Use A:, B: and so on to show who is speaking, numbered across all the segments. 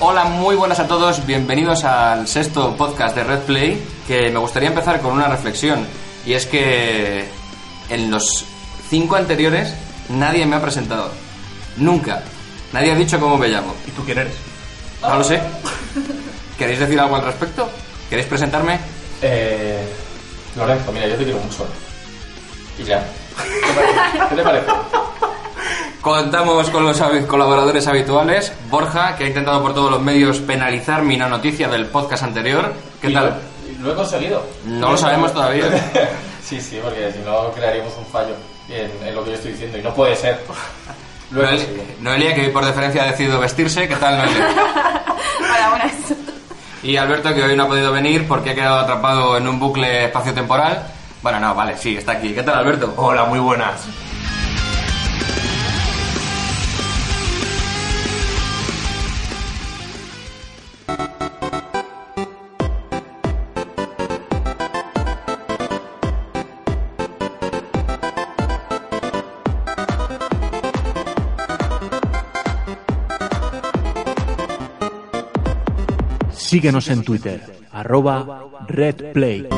A: Hola, muy buenas a todos. Bienvenidos al sexto podcast de Red Play. Que me gustaría empezar con una reflexión. Y es que en los cinco anteriores nadie me ha presentado. Nunca. Nadie ha dicho cómo me llamo.
B: ¿Y tú quién eres?
A: No lo sé. ¿Queréis decir algo al respecto? ¿Queréis presentarme?
C: Eh, Lorenzo, mira, yo te quiero mucho. Y ya. ¿Qué te parece? ¿Qué te parece?
A: Contamos con los habi- colaboradores habituales. Borja, que ha intentado por todos los medios penalizar mi no noticia del podcast anterior. ¿Qué
C: Y
A: tal?
C: Lo, lo he conseguido.
A: No lo sabemos todavía.
C: sí, sí, porque si no crearíamos un fallo en, en lo que yo estoy diciendo y no puede ser. Lo he
A: Noel-
C: conseguido.
A: Noelia, que hoy por deferencia ha decidido vestirse. ¿Qué tal, Noelia?
D: Hola, buenas.
A: Y Alberto, que hoy no ha podido venir porque ha quedado atrapado en un bucle espacio-temporal. Bueno, no, vale, sí, está aquí. ¿Qué tal, Alberto?
B: Hola, muy buenas.
E: Síguenos en Twitter, arroba RedPlay.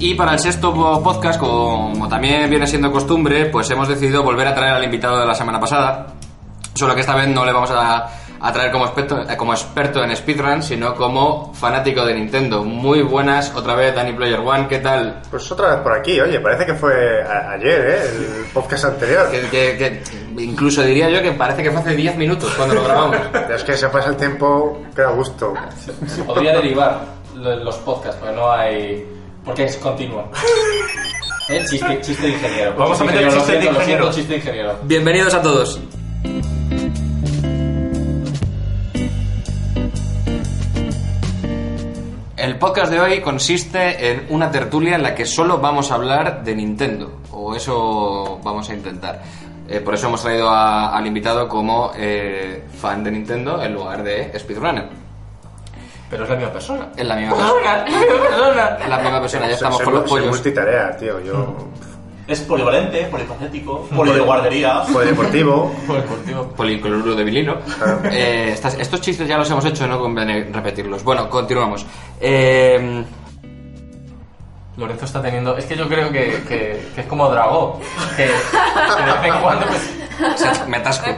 A: Y para el sexto po- podcast, como también viene siendo costumbre, pues hemos decidido volver a traer al invitado de la semana pasada. Solo que esta vez no le vamos a, a traer como experto, eh, como experto en speedrun, sino como fanático de Nintendo. Muy buenas, otra vez Danny Player One, ¿qué tal?
F: Pues otra vez por aquí, oye, parece que fue a- ayer, ¿eh? El podcast anterior.
A: Que, que- que incluso diría yo que parece que fue hace 10 minutos cuando lo grabamos.
F: Pero es que se pasa el tiempo, que da gusto.
C: Podría derivar lo- los podcasts, porque no hay. Porque es continuo. ¿Eh? Chiste, chiste de ingeniero.
B: Vamos a meter
C: lo
B: chiste de
C: siento, lo siento,
B: ingeniero.
C: chiste de ingeniero.
A: Bienvenidos a todos. El podcast de hoy consiste en una tertulia en la que solo vamos a hablar de Nintendo, o eso vamos a intentar. Eh, por eso hemos traído a- al invitado como eh, fan de Nintendo en lugar de speedrunner.
C: Pero es la misma persona.
A: Es la misma persona. Es la misma persona, ya estamos
F: Soy-
A: con los
F: soy
A: pollos.
F: multitarea, tío. Yo,
B: Es polivalente, polifacético, pues poli de guardería.
A: Mm.
F: polideportivo.
A: policloruro de vinilo. Eh, estas- estos chistes ya los hemos hecho, no conviene repetirlos. Bueno, continuamos. Eh,
C: Lorenzo está teniendo. Es que yo creo que, que, que es como Dragó. Que, que de vez en cuando, pues.
A: se- me atasco.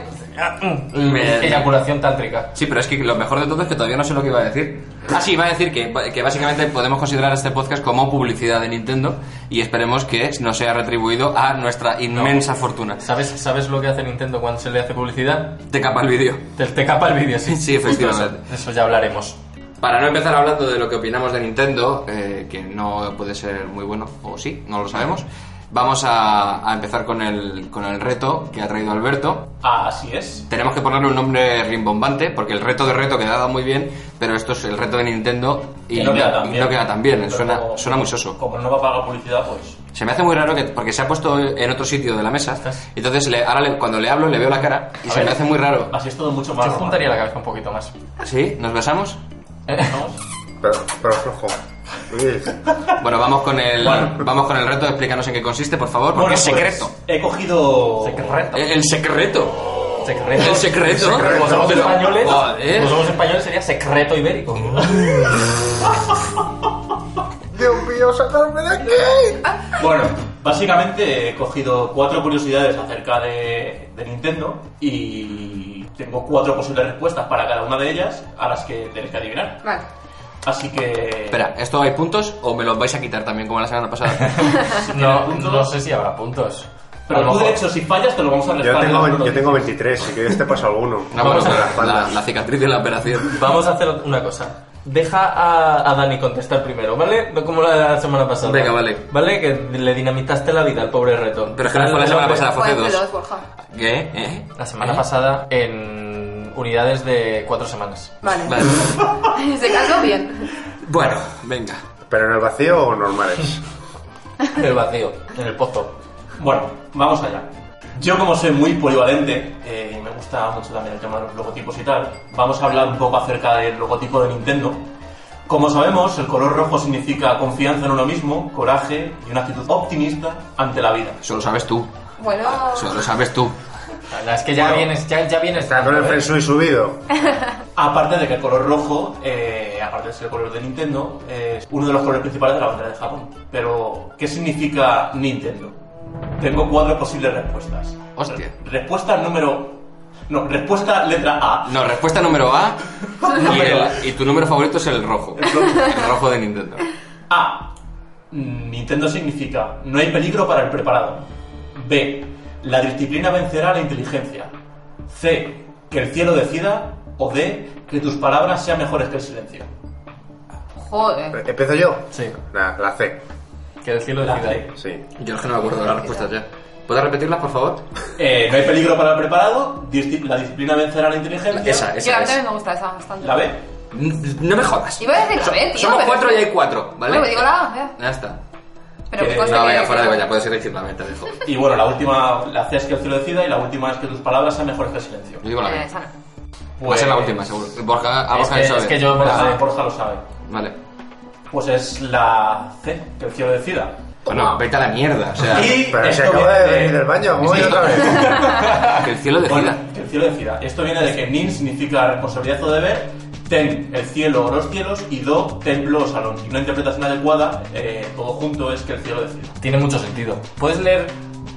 C: Mm, Eyaculación tántrica.
A: Sí, pero es que lo mejor de todo es que todavía no sé lo que iba a decir. Ah, sí, iba a decir que, que básicamente podemos considerar este podcast como publicidad de Nintendo y esperemos que no sea retribuido a nuestra inmensa fortuna.
C: ¿Sabes, ¿Sabes lo que hace Nintendo cuando se le hace publicidad?
A: Te capa el vídeo.
C: Te, te capa el vídeo, sí.
A: Sí, efectivamente.
C: De eso ya hablaremos.
A: Para no empezar hablando de lo que opinamos de Nintendo, eh, que no puede ser muy bueno, o sí, no lo sabemos, vamos a, a empezar con el, con el reto que ha traído Alberto.
B: Ah, así es.
A: Tenemos que ponerle un nombre rimbombante, porque el reto de reto quedaba muy bien, pero esto es el reto de Nintendo y
B: Que no queda tan
A: y
B: bien.
A: queda tan bien,
B: Pero
A: suena,
B: como-
A: suena muy soso.
B: Como no va a pagar publicidad, pues.
A: Se me hace muy raro que, porque se ha puesto en otro sitio de la mesa, entonces le- ahora le- cuando le hablo le veo la cara y
B: A
A: se
B: ver.
A: me hace muy raro.
B: Así es todo mucho más.
C: Yo
B: normal.
C: juntaría la cabeza un poquito más.
A: ¿Sí? ¿Nos besamos?
B: Vamos.
F: Pero, pero flojo. Uy,
A: Bueno, vamos con el,
B: Bueno.
A: vamos con el reto, explícanos en qué consiste, por favor, porque
B: Bueno,
A: es
B: pues, Eh,
A: secreto.
B: He cogido.
C: Secreto.
A: El el secreto.
C: Secreto.
A: Eh, El secreto.
C: Como somos
A: Pero- eh.
C: españoles,
A: Joder.
C: como somos españoles sería secreto ibérico.
F: Dios mío, sacarme de aquí.
B: Bueno, básicamente he cogido cuatro curiosidades acerca de, de Nintendo y tengo cuatro posibles respuestas para cada una de ellas a las que tenéis que adivinar.
D: Vale.
B: Así que.
A: Espera, ¿esto hay puntos o me los vais a quitar también como la semana pasada?
C: No, no sé si habrá puntos. Pero a
B: Pero
C: lo
B: tú, de
C: mejor-
B: hecho, si fallas, te lo vamos a
F: Yo
B: restar.
F: tengo, yo tengo 23, si quieres te paso alguno.
A: No, bueno,
C: Vamos a
A: pero
C: ver,
A: la, la- la cicatriz de la operación.
C: Vamos a hacer una cosa. Deja a, a Dani contestar primero, ¿vale? No como la de la semana pasada.
A: Venga, vale.
C: Vale, que le dinamitaste la vida al pobre reto.
A: Pero es que no fue la
C: Al-
A: semana
C: al-
A: pasada, Ah, fue hace
D: Fue hace
A: dos.
D: dos, Borja.
A: ¿Qué? ¿Eh?
C: La semana
A: ¿Eh?
C: pasada en unidades de cuatro semanas.
D: Vale.
A: Vale.
D: Se casó bien.
A: Bueno, venga.
F: ¿Pero en el vacío o normales?
C: En el vacío, en el pozo.
B: Bueno, vamos allá. Yo como soy muy polivalente eh, y me gusta mucho también el tema de los logotipos y tal, vamos a hablar un poco acerca del logotipo de Nintendo. Como sabemos, el color rojo significa confianza en uno mismo, coraje y una actitud optimista ante la vida.
A: Eso lo sabes tú.
D: Bueno,
A: Eso lo sabes tú.
C: La verdad es que ya vienes, ya, ya vienes.
F: Está con el
C: ¿eh?
F: Feng Shui subido.
B: Aparte de que el color rojo, eh, aparte de ser el color de Nintendo, eh, es uno de los colores principales de la bandera de Japón. Pero, ¿qué significa Nintendo? Tengo cuatro posibles respuestas.
A: Hostia.
B: Re- Respuesta número... No, respuesta letra A.
A: No, respuesta número A. y, el- y tu número favorito es el rojo. El rojo de Nintendo.
B: A. Nintendo significa no hay peligro para el preparado. B. La disciplina vencerá a la inteligencia. C. Que el cielo decida. O D. Que tus palabras sean mejores que el silencio.
D: joder.
F: ¿Empiezo yo?
C: Sí.
F: La, la C,
C: Que el cielo
B: La
C: decida.
B: C.
F: sí.
A: Yo es que no me acuerdo de las respuestas ya. ¿Puedes repetirlas, por favor?
B: Eh, no hay peligro para el preparado. disci- la disciplina vencerá a la inteligencia.
A: Esa,
D: Yo a
A: esa
D: mí
A: es.
D: también me gusta esa bastante.
B: La B.
A: N- No me jodas.
D: Iba a decir la B, tío.
A: Somos
D: pero-
A: cuatro y hay cuatro, ¿vale?
D: Bueno, digo la A, ya.
A: Ya está.
D: Pero
B: Que
D: pues que conste
A: No,
D: que-
A: vaya, fuera de vaya, puedes elegir la B, te dejo.
B: Y bueno, la última, la C es que el cielo decida y la última es que tus palabras sean mejores que el silencio.
A: Yo digo la
D: Eh,
A: B.
D: esa no. Pues,
A: Va a ser la última, seguro. Borja, a
C: Es
A: Borja
C: que-
A: le sabe.
C: es que yo me la
B: Borja,
C: sé.
B: Borja lo sabe.
A: Vale.
B: Pues es la C, que el cielo decida.
A: Bueno, vete a la mierda. O sea,
B: Y
F: Pero se
B: esto
F: acaba
B: viene
F: de venir del baño, ¿cómo voy otra vez?
A: que el cielo
B: Bueno,
A: decida.
B: que el cielo decida. Esto viene de que nin significa responsabilidad o deber, ten el cielo o los cielos y do templo o salón. Y una interpretación adecuada, eh, todo junto, es que el cielo decida.
C: Pues, Tiene mucho sentido. ¿Puedes leer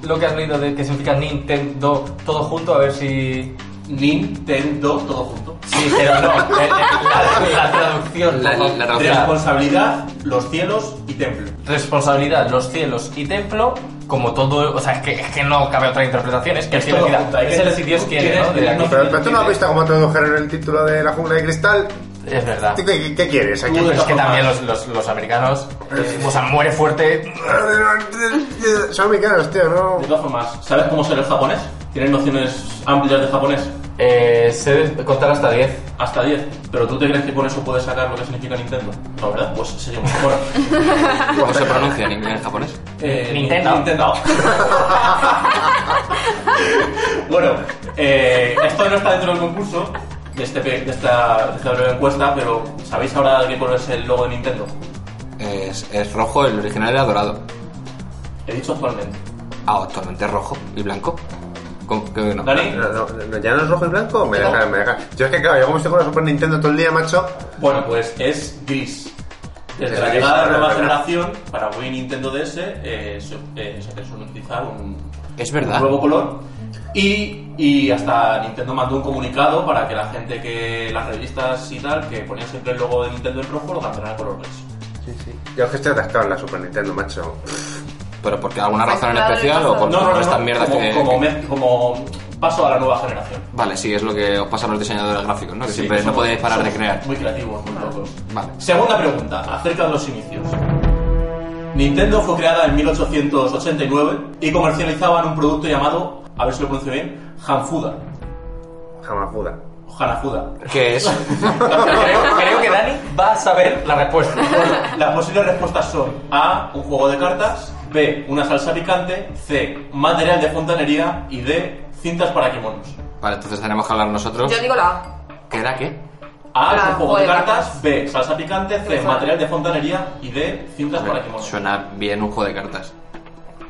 C: lo que has leído de que significa Nintendo todo junto? A ver si.
B: Nin, ten, do, todo junto.
C: Sí, pero no. eh, eh, la, la traducción.
A: La-
C: todo.
A: la traducción.
C: Respons-
B: Responsabilidad, los cielos y templo.
C: Responsabilidad, los cielos y templo, como todo. O sea, es que, es que no cabe otra interpretación. Es que el
B: Es
C: cielo
B: todo
C: decida.
B: junto, hay
C: Es
B: que-
C: el Dios quiere,
B: quieres
C: ¿no? De
B: decir,
C: aquí.
B: no,
F: Pero, pero tú no has visto cómo tradujeron el título de La jungla de cristal.
C: Es verdad.
F: ¿Tú qué, qué- qué quieres? Aquí
B: Tú
C: Pero es que también los, los, los americanos. eh, o sea, muere fuerte.
F: Son mexicanos, tío, no.
B: De todas formas, ¿sabes cómo ser el japonés? ¿Tienes nociones amplias de japonés?
C: Eh, sé de- contar hasta 10.
B: Hasta 10. Pero tú te crees que con eso puedes sacar lo que significa Nintendo. No, ¿verdad? Pues sería muy mejor.
A: ¿Cómo se pronuncia en, inglés- en japonés?
B: Eh,
C: Nintendo.
B: bueno, eh, esto no está dentro del concurso, de, este, pe- de, esta, de esta breve encuesta, pero ¿sabéis ahora de qué color es el logo de Nintendo?
A: Es, es rojo, el original era dorado.
B: He dicho actualmente.
A: Ah, actualmente es rojo y blanco. ¿Con qué no?
B: ¿Dani?
F: No, no, no, ¿Ya no es rojo y blanco? Me dejan, me dejan. Yo es que, claro, yo como estoy con la Super Nintendo todo el día, macho.
B: Bueno, pues es gris. Desde
F: Es
B: la
F: gris,
B: llegada de la nueva
F: es verdad.
B: generación, para Wii y Nintendo DS, eh, se, eh, se pensó en utilizar un,
A: Es
B: un
A: verdad.
B: nuevo color. Y, y hasta Nintendo mandó un comunicado para que la gente que las revistas y tal, que ponían siempre el logo de Nintendo en rojo, lo cambiaran al color gris.
F: Yo es que estoy atascado en la Super Nintendo, macho.
A: ¿Pero porque alguna razón en
D: Mezclado y
A: especial o
D: pasado.
A: por
B: No, no, no,
A: por estas
B: no,
A: mierdas
B: como,
A: que-
B: como,
A: que-
B: mez- como paso a la nueva generación.
A: Vale, sí, es lo que os pasa a los diseñadores gráficos, ¿no? Que
B: Sí,
A: siempre no
B: somos-
A: podéis parar de
B: somos
A: crear.
B: Muy creativos, muy locos.
A: Vale.
B: Segunda pregunta, acerca de los inicios. Nintendo fue creada en 1889 y comercializaban un producto llamado, a ver si lo pronuncio bien, Hanfuda.
F: Jamás puda.
B: o Hanafuda.
A: ¿Qué es?
C: creo, creo que Dani va a saber la respuesta.
B: Las posibles respuestas son A, un juego de cartas, B, una salsa picante, C, material de fontanería y D, cintas para kimonos.
A: Vale, entonces tenemos que hablar nosotros.
D: Yo digo la A.
A: ¿Qué era qué?
B: A,
D: Hola,
B: es un juego de cartas, B, salsa picante, C,
D: Exacto.
B: material de fontanería y D, cintas para kimonos.
A: Suena bien un juego de cartas.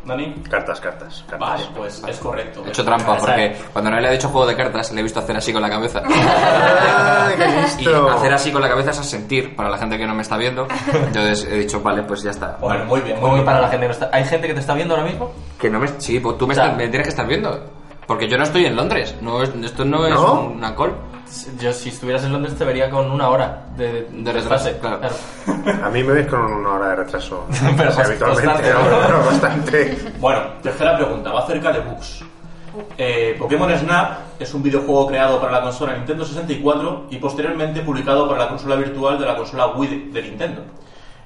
B: Dani.
F: Cartas, cartas, cartas.
B: Vale, pues es correcto.
A: He hecho trampa porque cuando no le he dicho juego de cartas, le he visto hacer así con la cabeza.
F: Ay, qué
A: Y
F: listo.
A: hacer así con la cabeza es asentir para la gente que no me está viendo. Entonces he dicho, vale, pues ya está.
B: Bueno, muy bien, muy
C: Muy
B: bien.
C: para la gente que no está. ¿Hay gente que te está viendo ahora mismo?
A: Que no me. Sí, pues tú me,
C: O sea-
A: estás- me tienes que estar viendo. Porque yo no estoy en Londres. No, es- esto no es
F: ¿No?
A: una call.
C: Yo, si estuvieras en Londres, te vería con una hora de,
A: De retraso, claro.
F: A mí me veis con una hora de retraso.
C: Pero
F: O sea, habitualmente,
C: bastante,
F: ¿no?
C: ¿no?
F: Pero bastante.
B: Bueno, tercera pregunta, va acerca de bugs. Eh, Pokémon Snap es un videojuego creado para la consola Nintendo 64 y posteriormente publicado para la consola virtual de la consola Wii de, de Nintendo.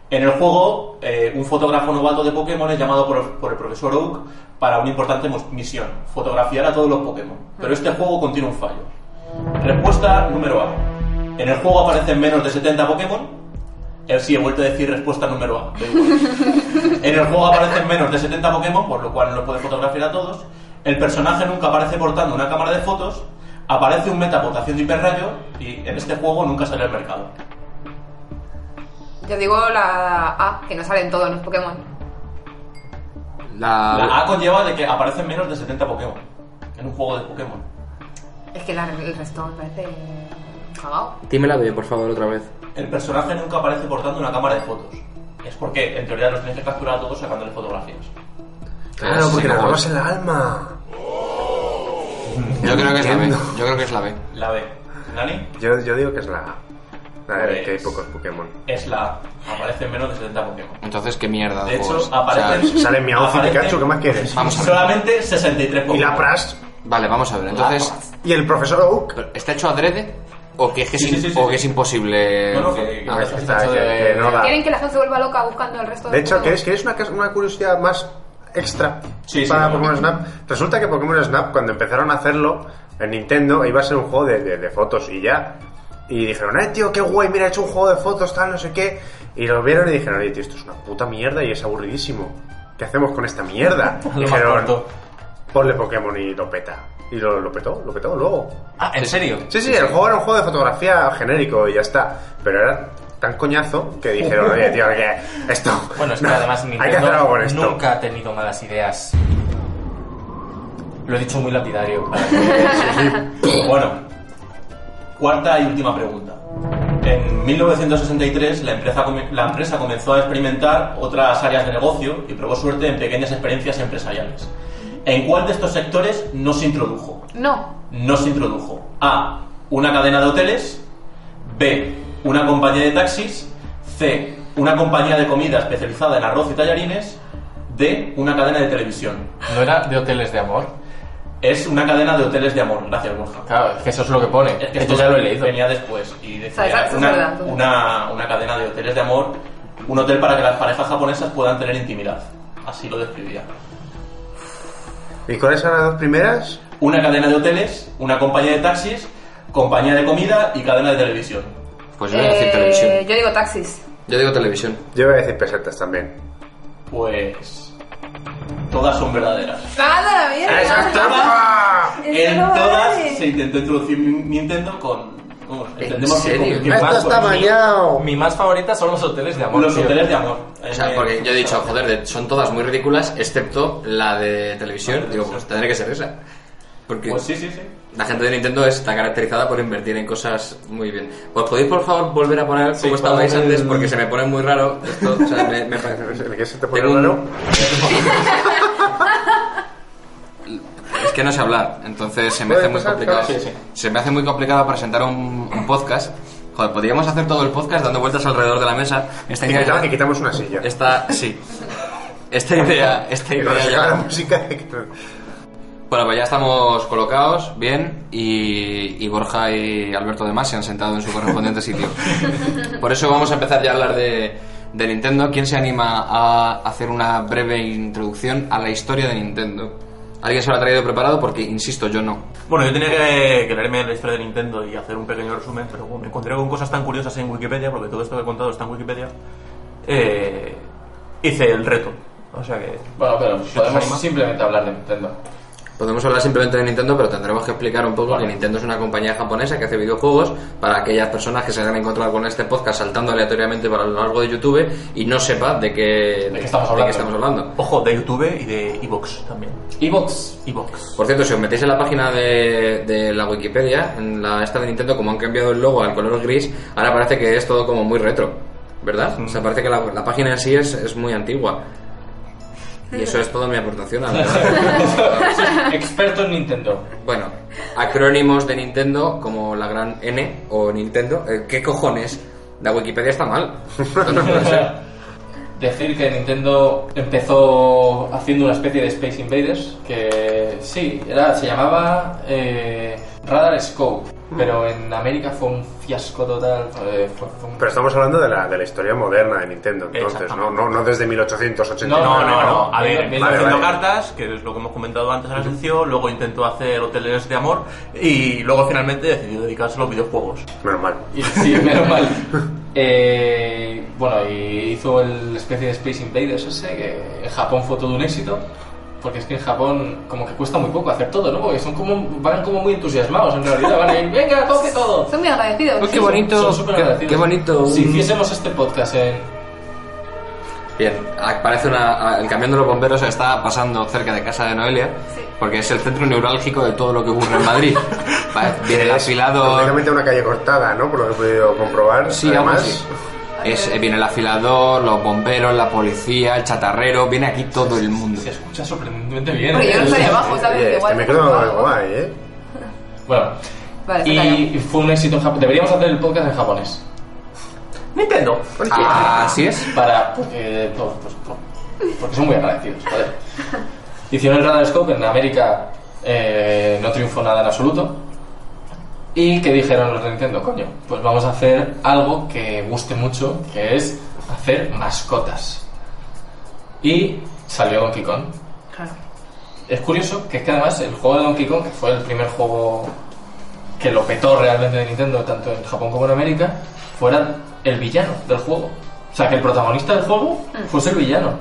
B: En el juego, eh, un fotógrafo novato de Pokémon es llamado por, por el profesor Oak para una importante mos- misión, fotografiar a todos los Pokémon. Pero este juego contiene un fallo. Respuesta número A. En el juego aparecen menos de 70 Pokémon. Él sí, he vuelto a decir respuesta número A. da igual. En el juego aparecen menos de 70 Pokémon, por lo cual no los puede fotografiar a todos. El personaje nunca aparece portando una cámara de fotos. Aparece un meta portación de hiperrayo y en este juego nunca sale al mercado.
D: Yo digo la A, que no salen todos los Pokémon.
A: La,
B: La A conlleva de que aparecen menos de 70 Pokémon en un juego de Pokémon.
D: Es que la- el resto me parece. cagado.
A: Dime la B, por favor, otra vez.
B: El personaje nunca aparece portando una cámara de fotos. Es porque en teoría los tienes que capturar a todos sacándole fotografías.
F: Claro,
A: Sí,
F: porque la
A: por-
F: robas en la alma.
A: Yo creo que es la B.
F: Entiendo.
A: Yo creo que es la B.
B: La B. ¿Nani?
F: Yo, yo digo que es la A. La de
B: Pues-
F: que hay pocos Pokémon.
B: Es la A. Aparecen menos de 70 Pokémon.
A: Entonces, qué mierda.
B: De hecho,
A: juegos? O sea,
B: aparecen.
F: Sale Meowth y
B: aparecen
F: Pikachu, ¿qué más quieres?
A: Vamos a ver.
B: Solamente 63
F: Y
B: Pokémon.
F: la Pras.
A: vale, vamos a ver. Entonces,
F: Y el profesor Oak.
A: ¿pero ¿está hecho adrede? ¿O que es, que es
B: Sí, sí,
A: in-
B: sí, sí,
A: o
B: sí.
A: que es imposible?
B: No, no,
A: que-
B: que- que-
A: Ah,
B: que-
A: es que-
F: Está, que- que no da.
D: Quieren que la gente se vuelva loca buscando el resto
F: De
D: del
F: hecho,
D: juego.
F: ¿queréis, queréis una, cas- una curiosidad más extra
B: Sí, sí,
F: para
B: claro.
F: Pokémon Snap? Resulta que Pokémon Snap, cuando empezaron a hacerlo en Nintendo, iba a ser un juego de, de- de fotos y ya. Y dijeron, eh, tío, qué guay, mira, he hecho un juego de fotos, tal, no sé qué. Y lo vieron y dijeron, oye, tío, esto es una puta mierda y es aburridísimo. ¿Qué hacemos con esta mierda?
C: Lo más
F: dijeron,
C: corto.
F: ponle Pokémon y lo peta. Y lo, lo petó, lo petó luego.
C: Ah, ¿en serio?
F: Sí, sí, el juego era un juego de fotografía genérico y ya está. Pero era tan coñazo que dijeron, oye, tío, que esto.
C: Bueno, es que además Nintendo
F: Hay que hacer algo con esto.
C: nunca ha tenido malas ideas. Lo he dicho muy lapidario.
B: Bueno, cuarta y última pregunta. En 1963 la empresa, come- la empresa comenzó a experimentar otras áreas de negocio y probó suerte en pequeñas experiencias empresariales. ¿En cuál de estos sectores no se introdujo?
D: No.
B: No se introdujo. A. Una cadena de hoteles. B. Una compañía de taxis. C. Una compañía de comida especializada en arroz y tallarines. D. Una cadena de televisión.
C: ¿No era de hoteles de amor?
B: Es una cadena de hoteles de amor. Gracias, Borja.
C: Claro, es que eso es lo que pone.
B: Es que
C: Esto
B: esto
C: ya lo he leído.
B: Venía después y decía
D: O sea, esa- esa es
B: una,
D: verdad.
B: una, una cadena de hoteles de amor, un hotel para que las parejas japonesas puedan tener intimidad. Así lo describía.
F: ¿Y cuáles eran las dos primeras?
B: Una cadena de hoteles, una compañía de taxis, compañía de comida y cadena de televisión.
A: Pues yo voy a decir
D: Eh,
A: televisión.
D: yo digo taxis.
A: Yo digo televisión.
F: Yo voy a decir pesetas también.
B: Pues todas son verdaderas.
D: ¡Nada, la mierda!
F: ¡Ah!
D: Es
B: En
D: verdad.
B: todas se intentó introducir Nintendo con... vamos, entendemos que
A: serio?
B: con- que
F: ¡Esto
B: más
F: está
B: con-
F: bañado!
C: Mi más favorita son los hoteles de amor.
B: Los
C: tío.
B: hoteles de amor.
A: O sea,
B: Eh,
A: porque yo he dicho, joder, de- son todas muy ridículas, excepto la de televisión. Digo, pues tendrá que ser esa. Porque
B: Ah, Pues sí, sí, sí.
A: la gente de Nintendo está caracterizada por invertir en cosas muy bien. ¿Pues podéis, por favor, volver a poner
C: Sí,
A: cómo estabais
C: poner
A: antes?
C: el-
A: Porque se me pone muy raro esto. O sea, me, me parece...
F: ¿El que se te pone
A: Tengo un-
F: raro?
A: Es que no sé hablar, entonces se me
F: Puede
A: hace muy
F: pasar,
A: complicado.
F: claro, sí, sí.
A: Se me hace muy complicado presentar un, un podcast. Joder, podríamos hacer todo el podcast dando vueltas alrededor de la mesa. Esta
F: Y
A: idea,
F: quitamos, y quitamos una silla.
C: Este,
A: esta, sí. Esta idea, esta
F: Y cuando
A: idea
F: se acaba la
A: ya.
F: música...
A: Bueno, pues ya estamos colocados, bien, y, y Borja y Alberto demás se han sentado en su correspondiente sitio. Por eso vamos a empezar ya a hablar de, de Nintendo. ¿Quién se anima a hacer una breve introducción a la historia de Nintendo? ¿Alguien se lo ha traído preparado? Porque, insisto, yo no.
B: Bueno, yo tenía que, que leerme la historia de Nintendo y hacer un pequeño resumen, pero como me encontré con cosas tan curiosas en Wikipedia, porque todo esto que he contado está en Wikipedia, eh, hice el reto. O sea que...
C: Bueno, pero
B: os anima.
C: podemos simplemente hablar de Nintendo.
A: Podemos hablar simplemente de Nintendo, pero tendremos que explicar un poco que Nintendo es una compañía japonesa que hace videojuegos para aquellas personas que se hayan encontrado con este podcast saltando aleatoriamente para lo largo de YouTube y no sepa de qué,
C: qué estamos hablando?
A: estamos hablando.
B: Ojo, de YouTube y de Evox también.
C: Evox.
B: Evox.
A: Por cierto, si os metéis en la página de, de la Wikipedia, en la esta de Nintendo, como han cambiado el logo al color gris, ahora parece que es todo como muy retro, ¿verdad? O sea, parece que la, la página en sí es, es muy antigua. Y eso es toda mi aportación a la...
C: Experto en Nintendo.
A: Bueno, acrónimos de Nintendo como la gran N o Nintendo. Eh, ¿Qué cojones? La Wikipedia está mal. Esto no puede ser.
C: Decir que Nintendo empezó haciendo una especie de Space Invaders que sí, era, se llamaba eh, Radar Scope, pero en América fue un fiasco total. eh, fue- fue un-
F: Pero estamos hablando de la, de la historia moderna de Nintendo, entonces, ¿no? No, no desde 1889.
C: No, no, no.
B: A ver,
C: Vale,
B: empezó
F: vale.
B: haciendo cartas, que es lo que hemos comentado antes en la sección, luego intentó hacer hoteles de amor y luego finalmente decidió dedicarse a los videojuegos.
F: Menos mal.
C: Y- sí, menos mal. Eh, bueno, y hizo el especie de Space Invaders ese, que en Japón fue todo un éxito. Porque es que en Japón como que cuesta muy poco hacer todo, ¿no? Porque son como, van como muy entusiasmados en realidad, van ahí, venga, coge todo.
D: Son muy agradecidos.
A: Uy, qué
D: Sí,
A: bonito.
C: Son súper
A: qué-
C: agradecidos.
A: qué bonito.
C: Si
A: Mm.
C: hiciésemos este podcast en...
A: Bien, aparece una, a- el camión de los bomberos está pasando cerca de casa de Noelia,
D: Sí.
A: porque es el centro neurálgico de todo lo que ocurre en Madrid. Va- Viene el
F: Es
A: afilador,
F: completamente una calle cortada, ¿no? Por lo que he podido comprobar.
A: sí, algo
F: además.
A: así. Es, eh, viene el afilador, los bomberos, la policía, el chatarrero, viene aquí todo el mundo.
C: Se escucha sorprendentemente bien. eh.
D: Porque yo no estoy abajo, ¿sabes?
F: Oye, este
D: Igual-
F: micro es guay, ¿eh?
C: Bueno,
D: Vale, se calla.
C: y fue un éxito en Japón. Deberíamos hacer el podcast en japonés. Ah,
B: Nintendo.
A: Así es.
C: Para, porque, por- pues, por- porque son muy agradecidos, ¿vale? Hicieron el Radar Scope en América, eh, no triunfó nada en absoluto. Y que dijeron los de Nintendo, coño, pues vamos a hacer algo que guste mucho, que es hacer mascotas. Y salió Donkey Kong.
D: Claro.
C: Es curioso que es que además el juego de Donkey Kong, que fue el primer juego que lo petó realmente de Nintendo, tanto en Japón como en América, fuera el villano del juego. O sea, que el protagonista del juego fuese el villano.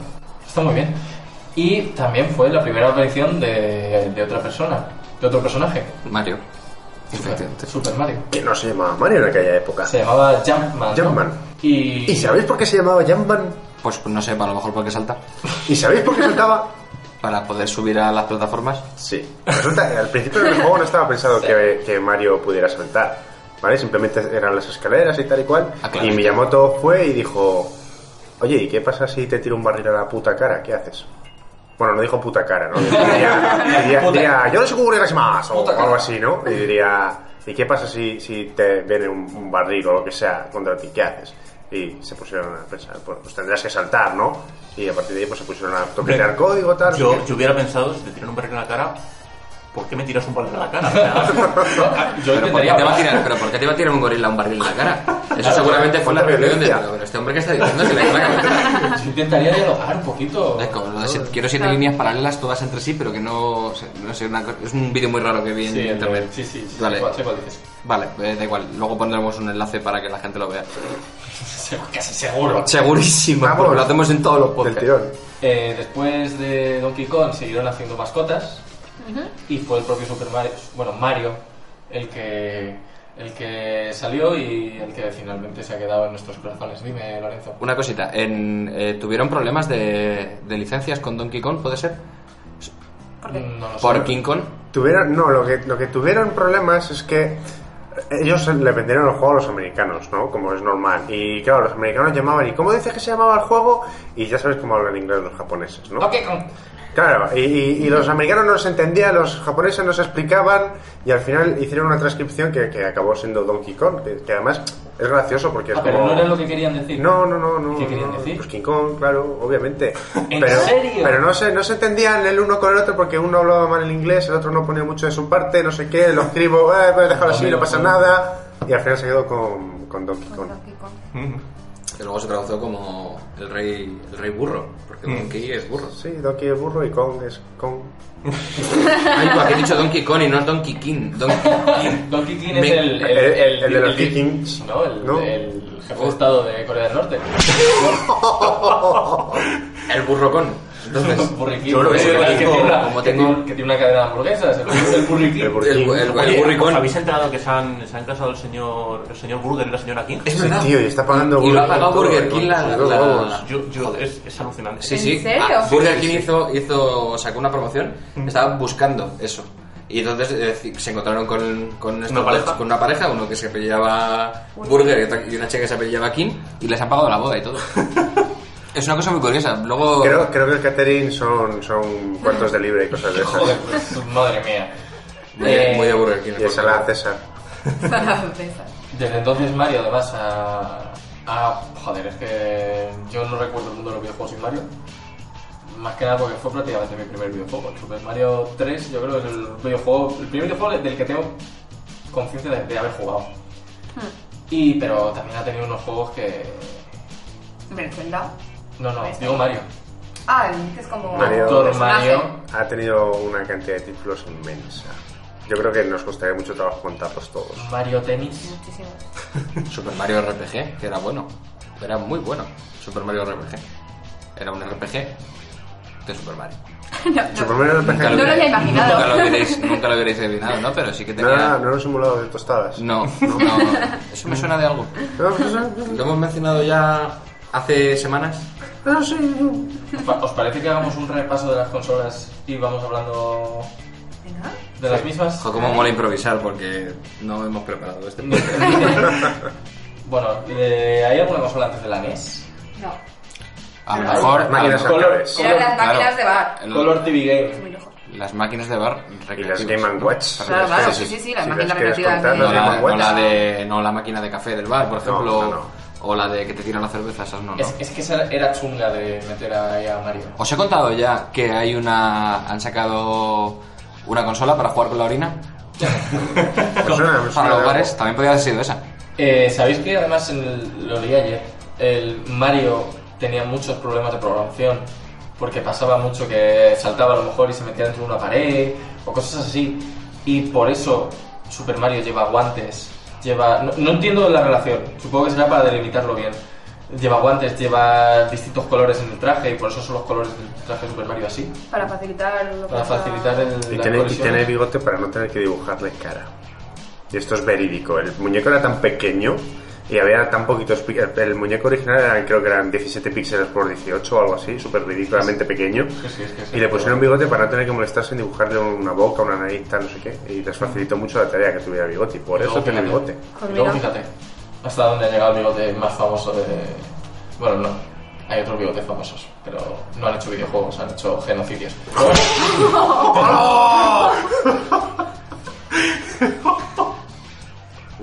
C: Está muy bien. Y también fue la primera aparición de, de otra persona, de otro personaje.
A: Mario.
C: Super,
A: Efectivamente.
C: Super Mario.
F: Que no se llamaba Mario en aquella época.
C: Se llamaba Jumpman. ¿no?
F: Jumpman.
C: Y,
F: ¿Y sabéis por qué se llamaba Jamban?
A: Pues no sé, a lo mejor porque salta.
F: ¿Y sabéis por qué saltaba?
A: Para poder subir a las plataformas.
F: Sí. Resulta que al principio del juego no estaba pensado que, que Mario pudiera saltar. ¿Vale? Simplemente eran las escaleras y tal y cual.
A: Ah, claro.
F: y Miyamoto fue y dijo: Oye, ¿y qué pasa si te tiro un barril a la puta cara? ¿Qué haces? Bueno, no dijo puta cara, ¿no? Diría, diría- diría, yo no sé cómo eres más, o algo así, ¿no? Y diría, ¿y qué pasa si, si te viene un, un barril o lo que sea contra ti? ¿Qué haces? Y se pusieron a pensar, pues, pues tendrás que saltar, ¿no? Y a partir de ahí pues se pusieron a toquetear código, tal. no sé qué.
B: Yo, yo hubiera pensado, si te tiran un barril en la cara, ¿por qué me tiras un barril en la cara? O sea,
C: ah, yo
A: Pero ¿por, qué
C: intentaría
A: te va a
C: hablar.
A: tirar, pero ¿por qué te va a tirar un gorila un barril en la cara? Eso seguramente fue la
F: Cuánta
A: reunión de.
F: violencia.
A: Pero este hombre que está diciendo que le da la cabeza.
C: Yo intentaría dialogar un poquito.
A: Es como lo de siete- quiero siete líneas paralelas todas entre sí, pero que no. se- no sé, una co- es un vídeo muy raro que vi en
C: Sí, el de-
A: internet.
C: sí, sí, sí,
A: Vale.
C: sé cuál- sé cuál dices.
A: Vale, eh, da igual. Luego pondremos un enlace para que la gente lo vea.
C: Casi seguro.
A: Segurísimo,
F: Vamos.
A: porque lo hacemos en todos los
F: Del
A: podcasts.
F: tirón.
C: Eh, después de Donkey Kong siguieron haciendo mascotas y fue el propio Super Mario, bueno, Mario, el que, el que salió y el que finalmente se ha quedado en nuestros corazones. Dime, Lorenzo.
A: Una cosita, en, eh, ¿tuvieron problemas de, de licencias con Donkey Kong, puede ser?
D: ¿Por qué?
C: No lo sé.
A: ¿Por King Kong?
F: Tuvieron, no, lo que, lo que tuvieron problemas es que ellos le vendieron el juego a los americanos, ¿no? Como es normal. Y claro, los americanos llamaban, ¿y cómo dices que se llamaba el juego? Y ya sabes cómo hablan inglés los japoneses, ¿no?
C: Donkey Kong.
F: Claro, y, y- y los americanos no se entendían, los japoneses nos explicaban y al final hicieron una transcripción que, que acabó siendo Donkey Kong, que, que además es gracioso porque es
C: Ah, pero
F: como-
C: no era lo que querían decir.
F: no, no, no, no.
C: ¿Qué querían
F: no,
C: decir?
F: Pues King Kong, claro, obviamente.
C: ¿En
F: pero,
C: serio?
F: Pero no se, no se entendían el uno con el otro porque uno hablaba mal el inglés, el otro no ponía mucho de su parte, no sé qué, lo escribo, eh, voy a dejarlo así, no pasa nada. Y al final se quedó con, con Donkey Kong.
D: Donkey Kong.
A: Que luego se tradujo como el rey, el rey burro, porque Donkey es burro.
F: Sí, Donkey es burro y Kong es Kong.
A: Ay, pues, que he dicho Donkey Kong y no es Donkey King. Donkey King.
C: Donkey King
A: Me-
C: es el,
F: el- el de los vikings.
C: ¿no? El,
F: No.
C: el jefe de Estado de Corea del Norte.
A: El burrocón.
F: Pues,
A: Entonces,
C: Burriquín.
B: yo lo
C: que,
B: veo
C: tiene
B: como-
C: una-
A: como
C: que
A: tengo-
C: tiene- que tiene una cadena de hamburguesas. El, el Burriquín.
F: El burro
A: el, el, el
B: Oye, ¿os
A: burricón.
B: ¿Habéis enterado que se han, se han casado el señor, el señor Burger y la señora King?
A: Es
F: Sí,
A: verdad.
F: tío, y está pagando
A: Y lo ha
F: Burger
A: pagado
F: King
A: Burger
F: todo,
A: King la.
F: con sus
A: la-
F: huevos.
B: Yo, yo, es, es alucinante.
A: Sí,
D: ¿En
A: sí.
D: serio?
A: Ah,
D: Sí,
A: Burger
F: sí,
A: King
F: sí. Mm.
A: hizo, hizo, sacó una promoción, estaba buscando eso. Y entonces eh, se encontraron con, con, estos
B: ¿Una pareja?
A: dos- con una pareja, uno que se apellidaba Burger y otra- y una chica que se apellidaba King, y les han pagado la boda y todo. es una cosa muy curiosa. Luego,
F: Creo, creo que el catering son, son cuartos de libre y cosas de
C: Joder,
F: esas.
C: pues, madre mía.
A: muy, de-
C: Eh,
A: muy de Burger King.
F: Y esa la hace César.
D: Sorpresa.
C: Desde entonces Mario además ha, ha- Joder, es que yo no recuerdo el mundo de los videojuegos sin Mario. Más que nada porque fue prácticamente mi primer videojuego. El Super Mario 3 yo creo que es el videojuego... El primer videojuego del que tengo conciencia de, de haber jugado. Y, pero también ha tenido unos juegos que...
D: Hombre, el Zelda.
C: No, no,
D: Pues-
C: digo Mario.
D: Ah, el que es como.
F: Mario.
C: Doctor
D: personaje.
C: Mario.
F: Ha tenido una cantidad de títulos inmensa. Yo creo que nos costaría mucho trabajo contarlos todos.
C: Mario Tennis.
D: Muchísimo.
A: Super Mario RPG, que era bueno. Era muy bueno. Super Mario RPG. Era un RPG de Super Mario.
F: Super Mario no es
A: Nunca
F: PG.
D: No lo había imaginado.
A: Nunca lo hubierais, nunca lo hubierais adivinado, ¿no? Pero sí que
F: No, no,
A: tenía...
F: no lo he simulado de tostadas.
A: No, no. Eso me suena de algo.
F: No, pues eso-
A: Lo hemos mencionado ya hace semanas.
F: no sé, no.
C: Pa- ¿Os parece que hagamos un repaso de las consolas y vamos hablando
D: Venga.
C: de las mismas?
A: Ojo, cómo mola improvisar porque no hemos preparado este
C: Bueno, eh, ¿hay alguna consola antes de la E NES?
D: No.
A: A lo mejor...
F: Las máquinas
A: a lo mejor-
F: arcades.
D: Eran las
A: Claro.
D: máquinas de bar.
A: El-
C: Color TV
D: Es muy
C: Game.
D: loco.
A: Las máquinas de bar
F: Y
A: recreativas.
F: las Game and Watch.
D: Claro, claro,
A: Sí, sí.
D: sí, sí, sí, las
F: Si
D: máquinas
F: las quieres
D: recreativas.
F: contar,
D: de-
A: No
F: las Game
A: la,
F: and
A: no
F: Watch.
A: la de, no la máquina de café del bar, por ejemplo,
F: esa no.
A: o la de que te tiran la cerveza, esas no, ¿no?
C: Es, es que esa era chunga de meter ahí a Mario.
A: ¿Os he contado ya que hay una... han sacado una consola para jugar con la orina?
F: Me suena- me
A: Para
F: suena
A: los
F: de
A: bares, también podría haber sido esa.
C: Eh, ¿Sabéis que además en el- lo leí ayer? El Mario tenía muchos problemas de programación porque pasaba mucho que saltaba a lo mejor y se metía dentro de una pared o cosas así. Y por eso Super Mario lleva guantes, lleva... No, no entiendo la relación, supongo que será para delimitarlo bien. Lleva guantes, lleva distintos colores en el traje y por eso son los colores del traje de Super Mario así.
D: Para facilitar. lo que
C: Para
D: pasa-
C: facilitar el...
F: Y
C: las
F: tiene, y
C: colisiones.
F: tiene bigote para no tener que dibujarle cara. Y esto es verídico. El muñeco era tan pequeño y había tan poquitos pi- El, el muñeco original era- creo que eran 17 píxeles por 18 o algo así, súper ridículamente pequeño.
C: Sí, es que sí.
F: Y le pusieron bigote para no tener que molestarse en dibujarle una boca, una nariz, tal, no sé qué. Y les facilitó mucho la tarea que tuviera bigote. Y por eso
C: Luego,
F: tiene
C: fíjate.
F: bigote.
D: Pues
C: Y luego
D: mira.
C: fíjate, hasta dónde ha llegado el bigote más famoso de... Bueno, no, hay otros bigotes famosos, pero no han hecho videojuegos, han hecho genocidios.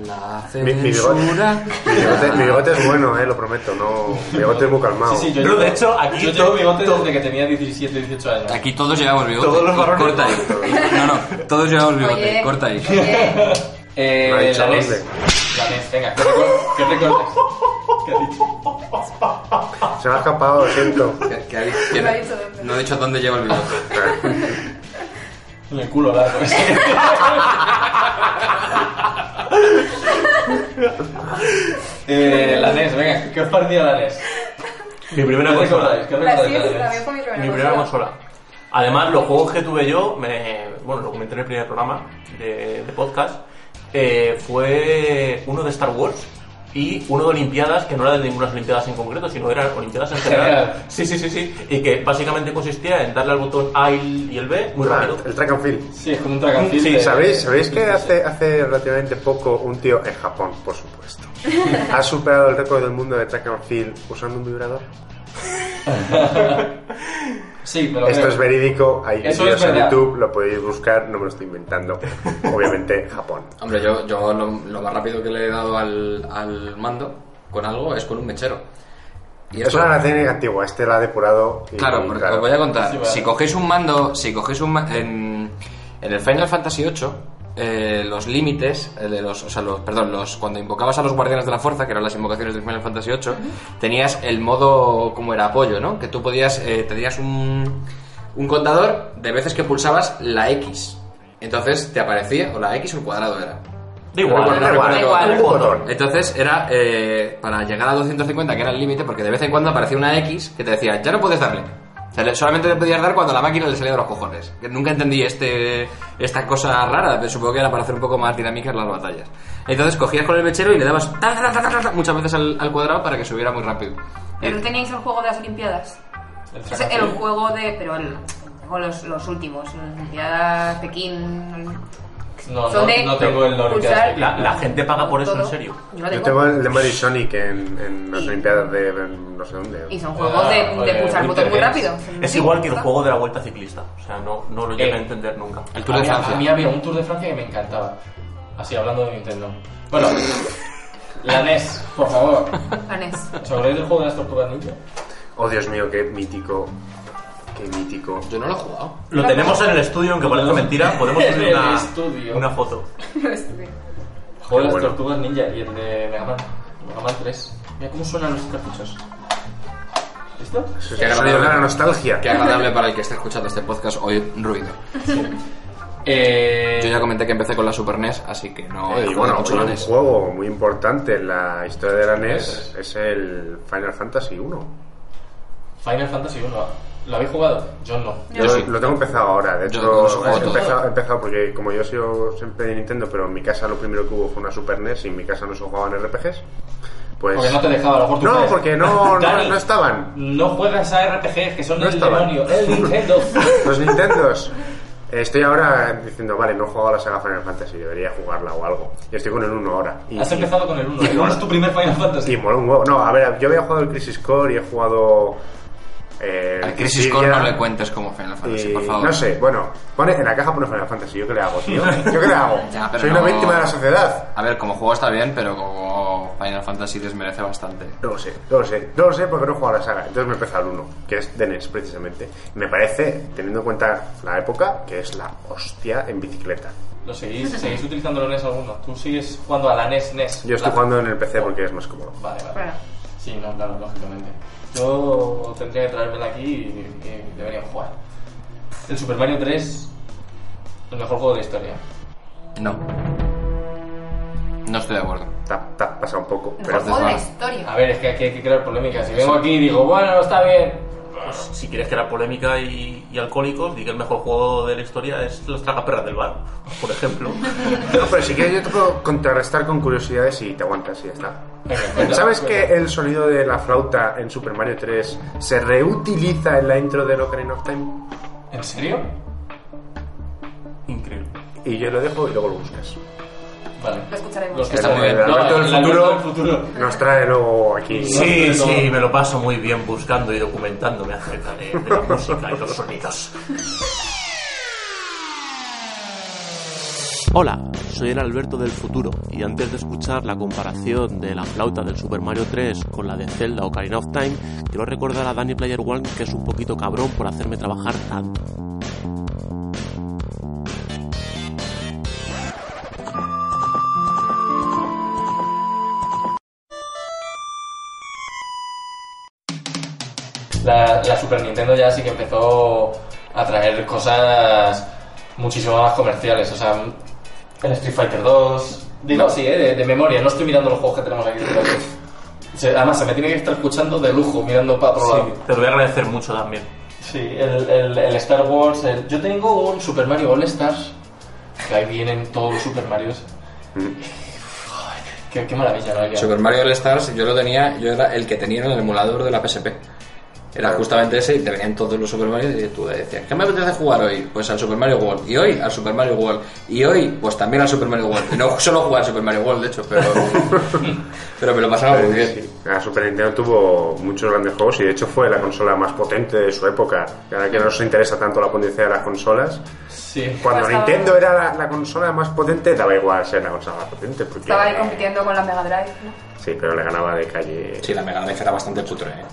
A: La
F: Mi, mi bigote,
A: censura.
F: mi bigote- mi bigote es bueno, eh, lo prometo. No, mi bigote es muy calmado.
C: Sí, sí, yo,
B: No,
C: llevo-
B: de hecho, aquí
C: yo
B: te-
C: tengo bigote
B: to-
C: desde que tenía 17, 18 años.
A: Aquí todos llevamos bigote.
B: Todos los varones.
A: Corta ahí. No, no, todos llevamos bigote.
D: Oye.
A: Corta ahí.
D: Oye,
C: Eh,
F: No ha dicho
C: la NES.
F: dónde.
C: La NES, venga, ¿qué recor- qué recortes? ¿Qué has dicho?
F: Se me ha escapado, lo siento.
A: Que- que habéis- que
D: No ha dicho dónde.
A: no he dicho dónde lleva el bigote.
C: En el culo largo. ese. eh, la NES, venga, ¿qué os parecía la NES?
B: Mi primera
C: ¿Qué
B: consola.
C: recordáis? ¿Qué
D: la
C: recordáis de
D: sí, la
C: la
D: veo
C: NES?
D: con mi
B: Mi primera consola. Además, los juegos que tuve yo, me, bueno, lo comenté en el primer programa de, de podcast, eh, fue uno de Star Wars y uno de Olimpiadas, que no era de ninguna Olimpiadas en concreto, sino eran Olimpiadas en general.
C: General.
B: Sí, sí, sí, sí. Y que básicamente consistía en darle al botón A y y el B muy rápido.
F: El track and field.
C: Sí, es como un tragancil.
B: Sí,
C: de-
F: ¿Sabéis, ¿Sabéis que hace, hace relativamente poco un tío en Japón, por supuesto, ha superado el récord del mundo de track and field usando un vibrador?
C: Sí, me lo
F: Esto
C: creo.
F: es verídico, hay
C: Eso
F: vídeos
C: es
F: en
C: verdad.
F: YouTube, lo podéis buscar, no me lo estoy inventando. Obviamente, Japón.
A: Hombre, yo, yo lo, lo más rápido que le he dado al, al mando con algo es con un mechero. Y
F: Es
A: esto-
F: una nación antigua, este la ha depurado. y-
A: Claro, porque os voy a contar.
C: Sí, vale.
A: Si cogéis un mando, si cogéis un ma- en, en el Final Fantasy VIII, eh, los límites, eh, de los, o sea, los, perdón, los cuando invocabas a los guardianes de la fuerza, que eran las invocaciones del Final Fantasy VIII, tenías el modo como era apoyo, ¿no? Que tú podías, eh, tenías un, un contador de veces que pulsabas la X, entonces te aparecía o la X o el cuadrado era.
B: Da igual,
A: No recuerdo,
F: da
A: no
F: igual,
A: recuerdo.
D: da igual.
F: un botón.
A: Entonces era eh, para llegar a 250, que era el límite, porque de vez en cuando aparecía una X que te decía, ya no puedes darle. O sea, le- solamente le podías dar cuando la máquina le salía de los cojones. Que nunca entendí este, esta cosa rara, pero supongo que era para hacer un poco más dinámicas las batallas. Entonces cogías con el mechero y le dabas ta, ta, ta, ta, ta, ta, muchas veces al, al cuadrado para que subiera muy rápido.
D: Pero
A: Y-
D: teníais el juego de las Olimpiadas.
C: El
D: O sea,
C: tragancil.
D: el juego de. Pero el, tengo los, los últimos. Las Olimpiadas, Pekín.
C: No,
D: son
C: no,
D: de
C: no tengo el nombre.
D: pulsar-
B: La, la gente paga por eso,
D: todo.
B: en serio.
D: Yo lo
F: Yo
D: tengo.
F: tengo el de Mario Sonic en, en las
D: Y-
F: Olimpiadas de en no sé dónde.
D: Y son juegos de, de
C: joder,
D: pulsar
C: Winter
D: botones muy
C: Games.
D: rápido.
B: Es
D: Sí,
B: igual que el
D: está.
B: juego de la vuelta ciclista. O sea, no, no lo llegué a
C: Eh.
B: entender nunca.
A: el Tour de
C: A mí-
A: Francia.
C: A mí había un Tour de Francia que me encantaba. Así, hablando de Nintendo. Bueno, la NES, por favor.
D: La NES.
C: ¿Os acordáis del juego de las tortugas ninja?
F: Oh, Dios mío, qué mítico. Qué mítico.
A: Yo no lo he jugado.
B: Lo tenemos en el estudio, aunque parezca mentira. Podemos
C: En
B: subir
C: el
B: una,
C: estudio.
B: una foto.
C: El juego de las
F: Bueno.
C: tortugas ninja y el de Mega Man. Mega Man 3. Mira cómo suenan los cartuchos. ¿Listo?
F: Eso es
A: Qué
F: una
A: agradable.
F: gran nostalgia.
A: Qué agradable para el que esté escuchando este podcast hoy ruido.
C: Eh,
A: Yo ya comenté que empecé con la Super NES, así que no he
F: Eh, Y
A: jugado
F: bueno,
A: mucho la
F: un
A: NES.
F: juego muy importante en la E historia de la NES es el Final Fantasy 1.
C: Final Fantasy 1. ¿Lo habéis jugado? Yo no.
F: Yo
A: Yo sí.
F: lo tengo empezado ahora, de hecho,
A: Yo los juego
F: he
A: todos.
F: empezado, he empezado porque como yo he sido siempre de Nintendo, pero en mi casa lo primero que hubo fue una Super NES y en mi casa no se jugaban RPGs, pues...
C: Porque no te dejaba, a lo mejor tú
F: No,
C: puedes.
F: porque no, no,
C: Dani,
F: no estaban.
C: No juegas a RPGs que son
F: No
C: del
F: estaba.
C: demonio, el Nintendo.
F: Los Nintendos. Estoy ahora diciendo, vale, no he jugado a la saga Final Fantasy, debería jugarla o algo. Y estoy con el 1 ahora. Y,
C: Has empezado con el 1.
F: y-
C: El 1 es tu primer Final Fantasy.
F: Y mola un huevo. No, a ver, yo había jugado el Crisis Core y he jugado. Eh,
A: Al Crisis
F: Dissidia.
A: Core no le cuentes como Final Fantasy,
F: Y
A: por favor.
F: No sé, bueno, pone en la caja pone Final Fantasy. ¿Yo qué le hago, tío? ¿Yo qué le hago?
A: Ya, pero
F: Soy
A: no-
F: una víctima de la sociedad.
A: A ver, como juego está bien, pero como Final Fantasy desmerece bastante.
F: No lo sé, no lo sé, no lo sé porque no he jugado a la saga. Entonces me empezó el 1, que es de NES precisamente. Y me parece, teniendo en cuenta la época, que es la hostia en bicicleta.
C: ¿Lo seguís, seguís utilizando la NES alguno? ¿Tú sigues jugando a la E NES NES?
F: Yo estoy
C: La-
F: jugando en el PC porque es más cómodo.
C: Vale, vale.
D: Claro.
C: Sí, no, claro, lógicamente. Yo tendría que traérmela aquí y, y debería jugar. El Super Mario 3, el mejor juego de la historia.
A: No. No estoy de acuerdo.
F: Te ha- te ha pasado un poco,
D: Mejor
F: pero
D: juego de la
A: vale.
D: historia.
C: A ver, es que aquí hay que crear polémica. Si vengo aquí y digo, bueno, está bien.
B: Si quieres crear polémica y, y alcohólicos, di que el mejor juego de la historia es Los Tragaperras del Bar, por ejemplo.
F: No, pero si quieres yo te puedo contrarrestar con curiosidades y te aguantas y ya está.
C: Venga, cuenta,
F: ¿Sabes que
C: cuenta.
F: el sonido de la flauta en Super Mario 3 se reutiliza en la intro de Ocarina of Time?
C: ¿En serio?
B: Increíble.
F: Y yo lo dejo y luego lo buscas.
C: Vale.
D: Lo escucharemos.
C: Los que
A: Está
C: están
A: muy bien.
C: No,
F: Alberto del
C: el Alberto
F: futuro.
C: del futuro.
F: Nos trae luego aquí.
B: Sí, sí, me lo paso muy bien buscando y documentándome acerca de, de la música y los sonidos.
G: Hola, soy el Alberto del futuro y antes de escuchar la comparación de la flauta del Super Mario 3 con la de Zelda o Ocarina of Time, quiero recordar a Danny Player One que es un poquito cabrón por hacerme trabajar tanto.
C: La, la Super Nintendo ya sí que empezó a traer cosas muchísimo más comerciales. O sea, el Street Fighter 2. Digo así, ¿eh? de, de memoria. No estoy mirando los juegos que tenemos aquí. pero que- se- además, se me tiene que estar escuchando de lujo, mirando para otro lado.
B: Te lo voy a agradecer mucho también.
C: Sí, el, el- el Star Wars. el- Yo tengo un Super Mario All Stars. Que ahí vienen todos los Super Marios. Joder, Qué, qué maravilla, ¿no? Que-
A: Super Mario All Stars yo lo tenía, yo era el que tenía en el emulador de la PSP. Era justamente ese y te venían todos los Super Mario y tú decías, ¿qué me apetece jugar hoy? Pues al Super Mario World. Y hoy al Super Mario World. Y hoy, pues también al Super Mario World. Y no solo jugar al Super Mario World, de hecho, pero, pero me lo pasaba muy bien.
F: Sí. La Super Nintendo tuvo muchos grandes juegos y de hecho fue la consola más potente de su época. Ahora que no nos interesa tanto la potencia de las consolas,
C: Sí.
F: cuando
D: Pues estaba-
F: Nintendo era la, la consola más potente, daba igual ser la consola más potente. Porque,
D: Estaba ahí compitiendo con la Mega Drive. ¿no?
F: Sí, pero le ganaba de calle.
A: Sí, la Mega Drive era bastante putre. ¿eh?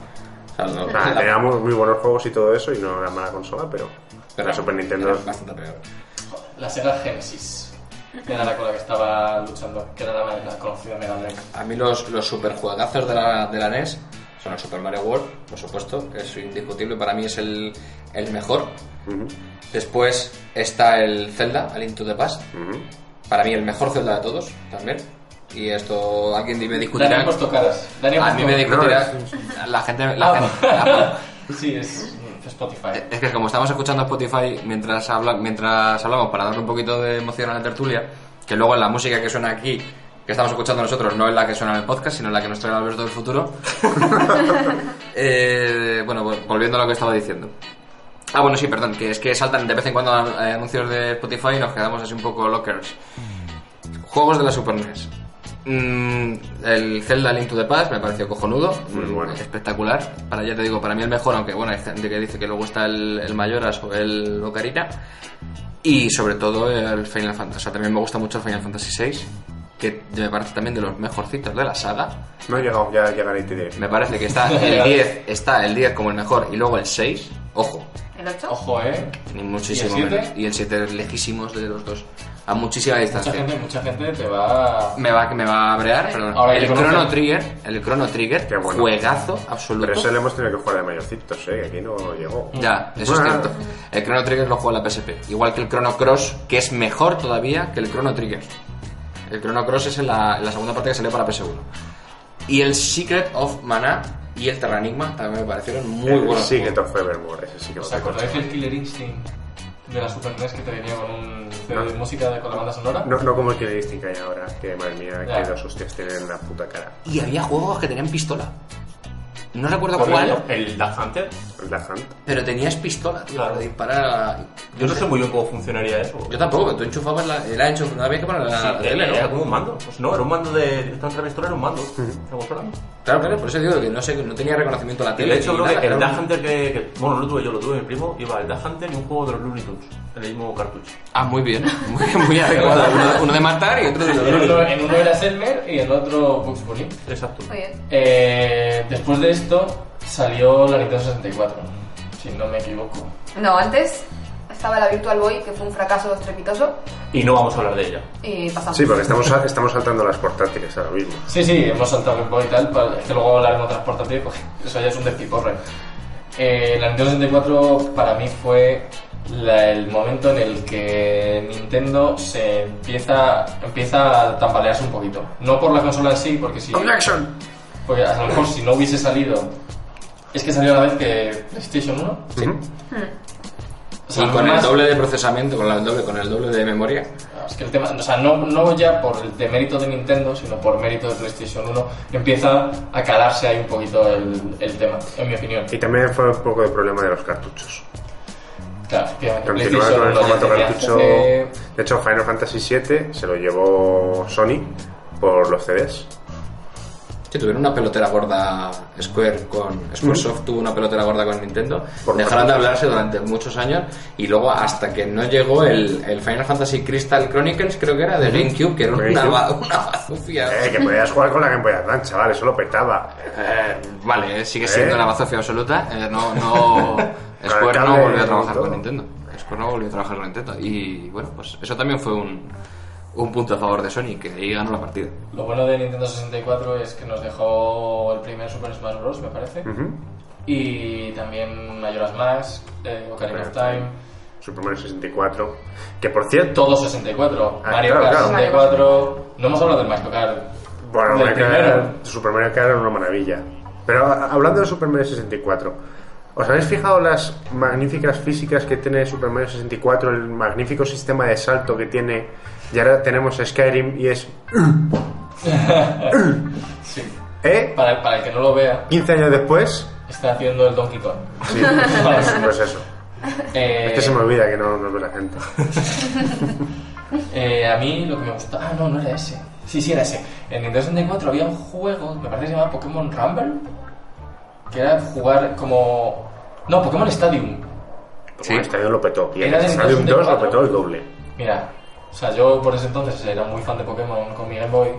A: O sea, no-
F: Ah,
A: la-
F: teníamos muy buenos juegos y todo eso y no era mala consola, pero,
A: pero
F: la Super Nintendo
A: era bastante peor.
C: La Sega Genesis. Que era la con la que estaba luchando. Que era la, la conocida Mega Drive.
A: A mí los, los superjuegazos de la, de la NES son el Super Mario World, por supuesto, es indiscutible, para mí es el, el mejor. Después está el Zelda, el Into the Past, para mí el mejor Zelda de todos también. Y esto alguien me
C: Dani
A: discutirá.
C: ha puesto caras. Dani ha
A: A mí
C: puesto-
A: me discutirá
F: No,
A: la gente... La
C: Ah,
A: gente la-
C: sí, es Spotify.
A: Eh, es que como estamos escuchando Spotify mientras, habla, mientras hablamos para darle un poquito de emoción a la tertulia, que luego en la música que suena aquí, que estamos escuchando nosotros, no es la que suena en el podcast, sino en la que nos trae Alberto del futuro. Eh, bueno, vol- volviendo a lo que estaba diciendo. Ah, bueno, sí, perdón, que es que saltan de vez en cuando eh, anuncios de Spotify y nos quedamos así un poco lockers. Juegos de la Super NES. Mm, el Zelda Link to the Past me pareció cojonudo,
F: Muy
A: mm,
F: bueno.
A: espectacular. Para ya te digo, para mí el mejor, aunque bueno, hay gente que dice que luego está el, el Mayoras o el Ocarina. Y sobre todo el Final Fantasy. O sea, también me gusta mucho el Final Fantasy VI, que me parece también de los mejorcitos de la saga.
F: no he llegado, ya llegaré y te diré.
A: Me parece que está el 10, está el 10 como el mejor y luego el 6. Ojo,
D: ¿El 8?
C: Ojo, eh.
A: ni muchísimo
C: ¿Y el siete?
A: menos. Y el 7 lejísimos de los dos. A muchísima
C: Mucha
A: distancia.
C: gente, mucha gente te va.
A: Me va, me va a brear, perdón.
C: Ahora
A: el
C: ya te
A: Chrono
C: conocen.
A: Trigger, el Chrono Trigger,
F: Qué bueno.
A: juegazo absoluto.
F: Pero eso lo hemos tenido que jugar de mayorcitos, ¿eh? que aquí no llegó.
A: Ya, eso
F: Bueno,
A: es cierto. El Chrono Trigger lo juega la PSP. Igual que el Chrono Cross, que es mejor todavía que el Chrono Trigger. El Chrono Cross es en la, en la segunda parte que salió para PS1. Y el Secret of Mana y el Terranigma también me parecieron muy buenos.
F: Sí, que
A: juegos.
F: of Evermore, ese sí que lo
C: ¿Os acordáis del Killer Instinct de la Super NES que te venía con un CD de
F: No.
C: música de- con la banda sonora?
F: No, no como el que le diste que hay ahora, que madre mía,
C: Ya.
F: que los hostias tienen una puta cara.
A: Y había juegos que tenían pistola. No recuerdo cuál,
B: Correcto. El Daft Hunter.
F: La Hunt.
A: pero tenías pistola, tío,
B: Claro.
A: para disparar.
B: Yo no sé muy bien cómo funcionaría eso.
A: Yo tampoco, tú enchufabas la. Era hecho, no había que poner la,
B: Sí,
A: la
B: era,
A: tele, ¿no?
B: era como un mando. Pues no, era un mando de. Directamente la pistola era un mando. de consola.
A: Claro, claro, por eso digo que no sé, no tenía reconocimiento la
B: Y
A: tele.
B: de hecho,
A: ni
B: creo que
A: nada,
B: el
A: era
B: Daft
A: un-
B: Hunter que, que- Bueno, no lo tuve yo, lo tuve mi primo. Iba el Daft Hunter y un juego de los Looney Tunes. En el mismo cartucho.
A: Ah, muy bien, muy, muy adecuado. Uno, uno de matar y otro de
C: En uno,
A: dolor.
C: en uno era Selmer y en otro Bugs Bunny.
B: Exacto.
D: Muy bien.
C: Eh, después de esto salió la Nintendo 64, si no me equivoco.
D: No, antes estaba la Virtual Boy, que fue un fracaso estrepitoso,
B: Y no vamos a hablar de ella.
D: y pasamos.
F: Sí, porque estamos, sal- estamos saltando las portátiles ahora mismo.
C: Sí, sí, hemos saltado un poco y tal, pa- es que luego hablaremos de las portátiles, porque eso ya es un despiporre. Eh, la Nintendo 64 para mí fue la- el momento en el que Nintendo se empieza, empieza a tambalearse un poquito. No por la consola en sí, porque si...
F: ¡Objection!
C: Porque a lo mejor si no hubiese salido... Es que salió a la vez que PlayStation 1.
F: Sí.
C: O sea,
A: Y con el
C: más-
A: doble de procesamiento, con el doble, con el doble de memoria.
C: Es que el tema, o sea, no, no ya por el de mérito de Nintendo, sino por mérito de PlayStation 1, empieza a calarse ahí un poquito el, el tema, en mi opinión.
F: Y también fue un poco el problema de los cartuchos.
C: Claro, efectivamente,
F: Continuaba con el
C: 1 ya
F: formato
C: tenía
F: cartucho.
C: hace-
F: De hecho, Final Fantasy VII se lo llevó Sony por los CDs.
A: Sí, tuvieron una pelotera gorda Square con Squaresoft tuvo una pelotera gorda con Nintendo.
F: Por
A: dejaron de
F: parte.
A: hablarse durante muchos años y luego hasta que no llegó el, el Final Fantasy Crystal Chronicles, creo que era de GameCube, que era una,
F: GameCube.
A: ba- una bazofia.
F: Eh, que podías jugar con la Game Boy Advance, chaval, eso lo petaba.
A: Eh, vale, sigue siendo
F: Eh.
A: una bazofia absoluta. Eh, no, no, Square no
F: cable
A: volvió a
F: y
A: trabajar
F: todo.
A: con Nintendo. Square no volvió a trabajar con Nintendo. Y bueno, pues eso también fue un, un punto a favor de Sony, que ahí ganó la partida.
C: Lo bueno de Nintendo 64 es que nos dejó el primer Super Smash Bros., me parece,
F: Ujú.
C: y también Majora's Mask, eh, Ocarina of Time,
F: Super Mario 64. Que por cierto,
C: todo 64,
F: Ah,
C: Mario
F: claro,
C: Kart
F: claro.
C: 64, no hemos hablado del Mario Kart.
F: bueno,
C: del
F: Mario
C: primero.
F: Kart- Super Mario Kart era una maravilla. Pero a- hablando de Super Mario 64, ¿os habéis fijado las magníficas físicas que tiene Super Mario 64? El magnífico sistema de salto que tiene. Y ahora tenemos Skyrim y es.
C: Sí.
F: ¿Eh?
C: Para, para el que no lo vea,
F: 15 años después.
C: está haciendo el Donkey Kong.
F: Sí, pues, pues eso.
C: Eh,
F: Es que Este se me olvida que no nos ve la gente.
C: Eh, a mí lo que me gusta. Ah, no, no era ese. Sí, sí, era ese. En Nintendo 64 había un juego, me parece que se llamaba Pokémon Rumble, que era jugar como. No, Pokémon Stadium.
F: Bueno, el estadio lo petó. Y el
C: Era del
F: Stadium 2 lo
C: 64.
F: petó el doble.
C: Mira, o sea, yo por ese entonces era muy fan de Pokémon con mi Game Boy.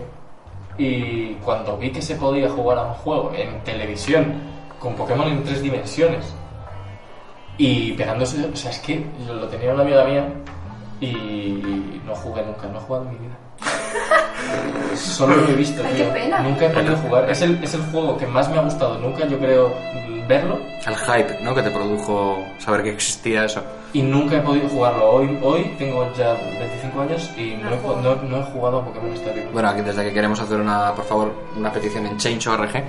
C: Y cuando vi que se podía jugar a un juego en televisión con Pokémon en tres dimensiones y pegándose, o sea, es que lo lo tenía una amiga mía y no jugué nunca, no he jugado en mi vida. Solo lo he visto,
D: Ay,
C: tío.
D: qué pena.
C: Nunca he podido jugar. Es el, es el juego que más me ha gustado nunca, yo creo, mm, verlo
A: El hype, ¿no? Que te produjo saber que existía eso.
C: y nunca he podido jugarlo. Hoy, hoy tengo ya 25 años y no,
D: No
C: he, ju- no,
D: juego.
C: no he jugado a Pokémon Stadium.
A: Bueno, aquí desde que queremos hacer una, por favor, una petición en Change.org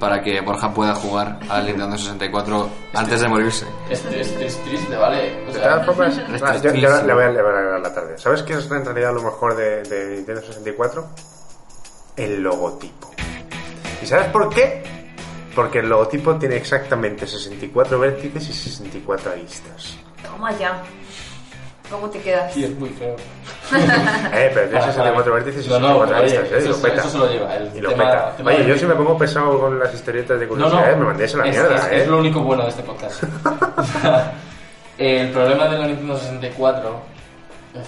A: para que Borja pueda jugar al Nintendo 64 antes de morirse.
C: Es, es- es triste, ¿vale? O
F: De
C: sea,
F: todas formas, ah, yo, yo ahora
A: tristísimo.
F: le voy a le voy a alegrar la tarde. ¿Sabes qué es en realidad lo mejor de, de Nintendo 64? El logotipo. ¿Y sabes por qué? Porque el logotipo tiene exactamente 64 vértices y 64 aristas.
D: Toma ya. ¿Cómo te quedas?
C: sí, es muy feo.
F: Eh, pero tiene
C: Para-
F: 64
C: para-
F: vértices y
C: No, no, pero
F: 64
C: oye,
F: aristas, eh, y
C: eso,
F: lo peta.
C: eso se lo lleva. El
F: Y lo
C: tema-
F: peta.
C: tema
F: Oye,
C: de-
F: yo si me pongo pesado con las historietas de
C: No, no.
F: curiosidad, Pues eh, me mandéis a la
C: es,
F: mierda,
C: es-
F: eh.
C: es lo único bueno de este podcast. el problema de la Nintendo 64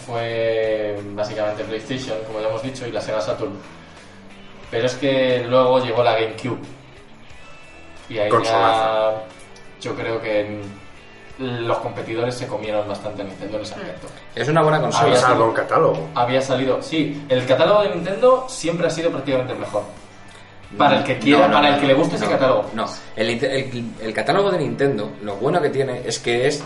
C: fue básicamente PlayStation, como ya hemos dicho, y la Sega Saturn. Pero es que luego llegó la GameCube. Y ahí
F: Consolazo.
C: ya. Yo creo que los competidores se comieron bastante a Nintendo en ese aspecto.
A: Es una buena
C: Ah,
A: consola.
C: ya.
F: Salvo un catálogo.
C: había salido. Sí, el catálogo de Nintendo siempre ha sido prácticamente el mejor. Para el que quiera,
A: No, no,
C: para
A: no,
C: el que le guste
A: no,
C: ese catálogo.
A: No, el, inte- el- el catálogo de Nintendo, lo bueno que tiene es que es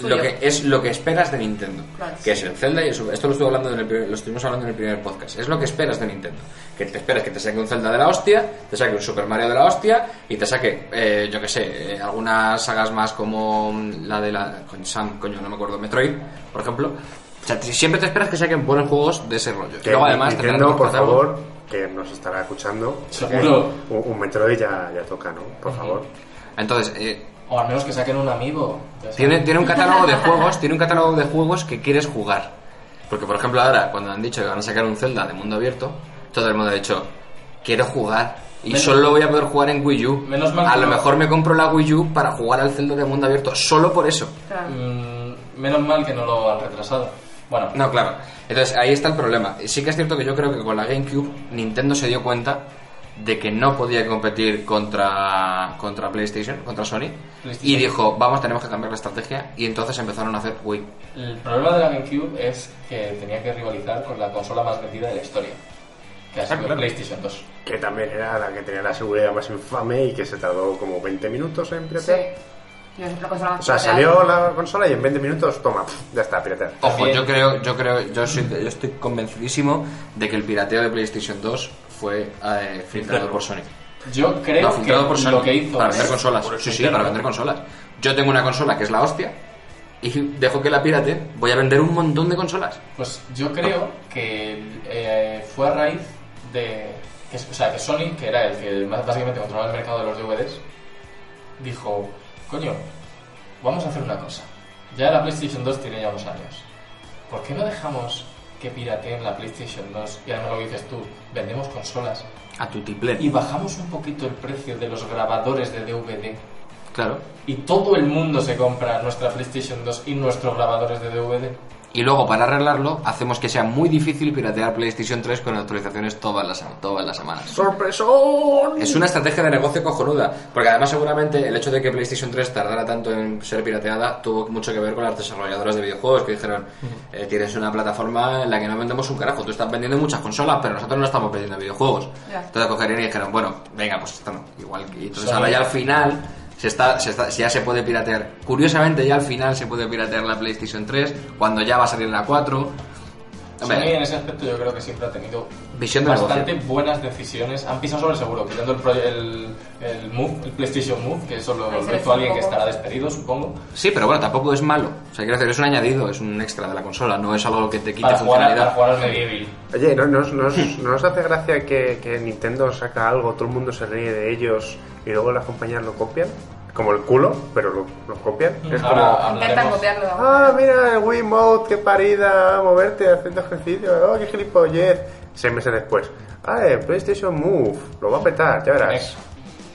A: lo
D: Suyo.
A: que es lo que esperas de Nintendo,
D: Claro.
A: que es el Zelda y el Super- esto lo estuve hablando en el primer- lo estuvimos hablando en el primer podcast. Es lo que esperas de Nintendo, que te esperas que te saque un Zelda de la hostia, te saque un Super Mario de la hostia y te saque eh, yo que sé, eh, algunas sagas más como mm, la de la con Sam, coño, no me acuerdo, Metroid, por ejemplo. O sea, te- siempre te esperas que saquen buenos juegos de ese rollo.
F: Que
A: Luego además tendrán
F: Nintendo,
A: que
F: por
A: lanzar-
F: favor, que nos estará escuchando.
C: Seguro.
F: que Un, un Metroid ya, ya toca, ¿no? Por favor.
A: Entonces, eh,
C: O al menos que saquen un amigo.
A: Tiene, tiene un catálogo de juegos, tiene un catálogo de juegos que quieres jugar. Porque por ejemplo ahora, cuando han dicho que van a sacar un Zelda de mundo abierto, todo el mundo ha dicho, quiero jugar. Y
C: Menos-
A: solo voy a poder jugar en Wii U.
C: Menos mal
A: a
C: que
A: lo
C: no.
A: mejor me compro la Wii U para jugar al Zelda de mundo abierto, solo por eso.
D: Claro.
C: Mm, menos mal que no lo han retrasado. Bueno,
A: No, claro. Entonces ahí está el problema. Sí que es cierto que yo creo que con la GameCube Nintendo se dio cuenta de que no podía competir contra, contra PlayStation, contra Sony. Y
C: PlayStation.
A: dijo, vamos, tenemos que cambiar la estrategia. Y entonces empezaron a hacer Wii.
C: el problema de la GameCube es que tenía que rivalizar con la consola más vendida de la historia, que
A: Ah,
C: ha sido PlayStation 2.
F: Que también era la que tenía la seguridad más infame y que se tardó como 20 minutos en
D: Sí.
F: piratear.
D: Y es otra cosa más
F: O sea,
D: especial.
F: salió la consola y en 20 minutos, toma, pf, ya está, piratear.
A: Ojo,
C: También.
A: yo creo, yo creo, yo, soy- yo estoy convencidísimo de que el pirateo de PlayStation 2 fue eh, filtrado por Sony.
C: Yo creo
A: No,
C: ¿Eh? que
A: filtrado por Sony
C: lo que hizo ¿eh?
A: para
C: es-
A: vender consolas.
B: por eso
A: Sí, sí,
B: interno.
A: para vender consolas. Yo tengo una consola que es la hostia y dejo que la pirate, voy a vender un montón de consolas.
C: Pues yo creo que eh, fue a raíz de. que- o sea, que Sony, que era el que más- básicamente controlaba el mercado de los DVDs, dijo: Coño, vamos a hacer una cosa. Ya la PlayStation 2 tiene ya unos años. ¿Por qué no dejamos que pirateen la PlayStation 2? Y ahora lo que dices tú, vendemos consolas
A: A tu tiple.
C: y bajamos un poquito el precio de los grabadores de DVD
A: Claro.
C: y todo el mundo se compra nuestra PlayStation 2 y nuestros grabadores de DVD.
A: Y luego, para arreglarlo, hacemos que sea muy difícil piratear PlayStation 3 con actualizaciones todas las, todas las semanas.
F: ¡Sorpresón!
A: Es una estrategia de negocio cojonuda, porque además seguramente el hecho de que PlayStation 3 tardara tanto en ser pirateada tuvo mucho que ver con las desarrolladoras de videojuegos que dijeron, eh, tienes una plataforma en la que no vendemos un carajo, tú estás vendiendo muchas consolas, pero nosotros no estamos vendiendo videojuegos.
D: Ya.
A: Entonces cogerían y dijeron, bueno, venga, pues esto no, igual. que- Y entonces
C: Sony.
A: ahora ya al final se está, se está- ya se puede piratear. Curiosamente ya al final se puede piratear la PlayStation 3, cuando ya va a salir la 4. Hombre,
C: Sony en ese aspecto yo creo que siempre ha tenido
A: Visión de
C: bastante buenas decisiones. Han pisado sobre el seguro, quitando el, pro- el, el Move, el PlayStation Move, que eso lo
D: Ahí se
C: lo
D: les
C: hizo
D: fue un
C: alguien que
D: poco.
C: estará despedido, supongo.
A: Sí, pero bueno, tampoco es malo. O sea, quiero decir, es un añadido, es un extra de la consola, no es algo que te quite
C: Para jugar, a- para
A: funcionalidad.
C: jugar al Medieval.
F: Oye, ¿no, nos- nos- no nos hace gracia que, que Nintendo saca algo, todo el mundo se ríe de ellos y luego las compañías lo copian? Como el culo, pero lo, lo copian. Es como,
C: Mm. Ahora
D: Intentan
C: hablaremos.
D: copiarlo.
F: ah, mira, el Wii Mode, qué parida, moverte haciendo ejercicio, oh, qué gilipollez. Seis meses después, ah, el PlayStation Move, lo va a petar, ya verás.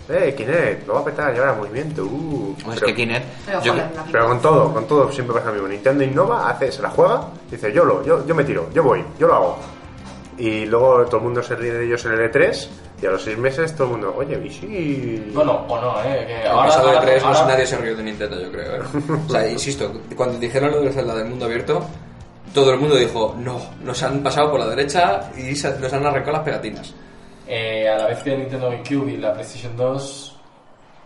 F: Eh, Kinect, lo va a petar, ya verás, movimiento, uh.
A: Pues es
F: Pero-
A: que Kinect,
D: Pero,
A: yo-
D: joder, la
F: Pero con todo, con todo siempre pasa lo mismo. Nintendo innova, hace, se la juega, dice yo lo, yo, yo me tiro, yo voy, yo lo hago. Y luego todo el mundo se ríe de ellos en el E3 y a los seis meses todo el mundo, oye, y sí.
C: Bueno, o no, ¿eh? Que
A: el
C: ahora,
A: pasado de
C: ahora-
A: tres no sé,
C: ahora-
A: nadie se rió de Nintendo, yo creo. ¿eh? O sea, insisto, cuando dijeron lo del Zelda del mundo abierto, todo el mundo dijo, no, nos han pasado por la derecha y se- nos han arrancado las pegatinas.
C: eh, a la vez que Nintendo GameCube y la PlayStation 2,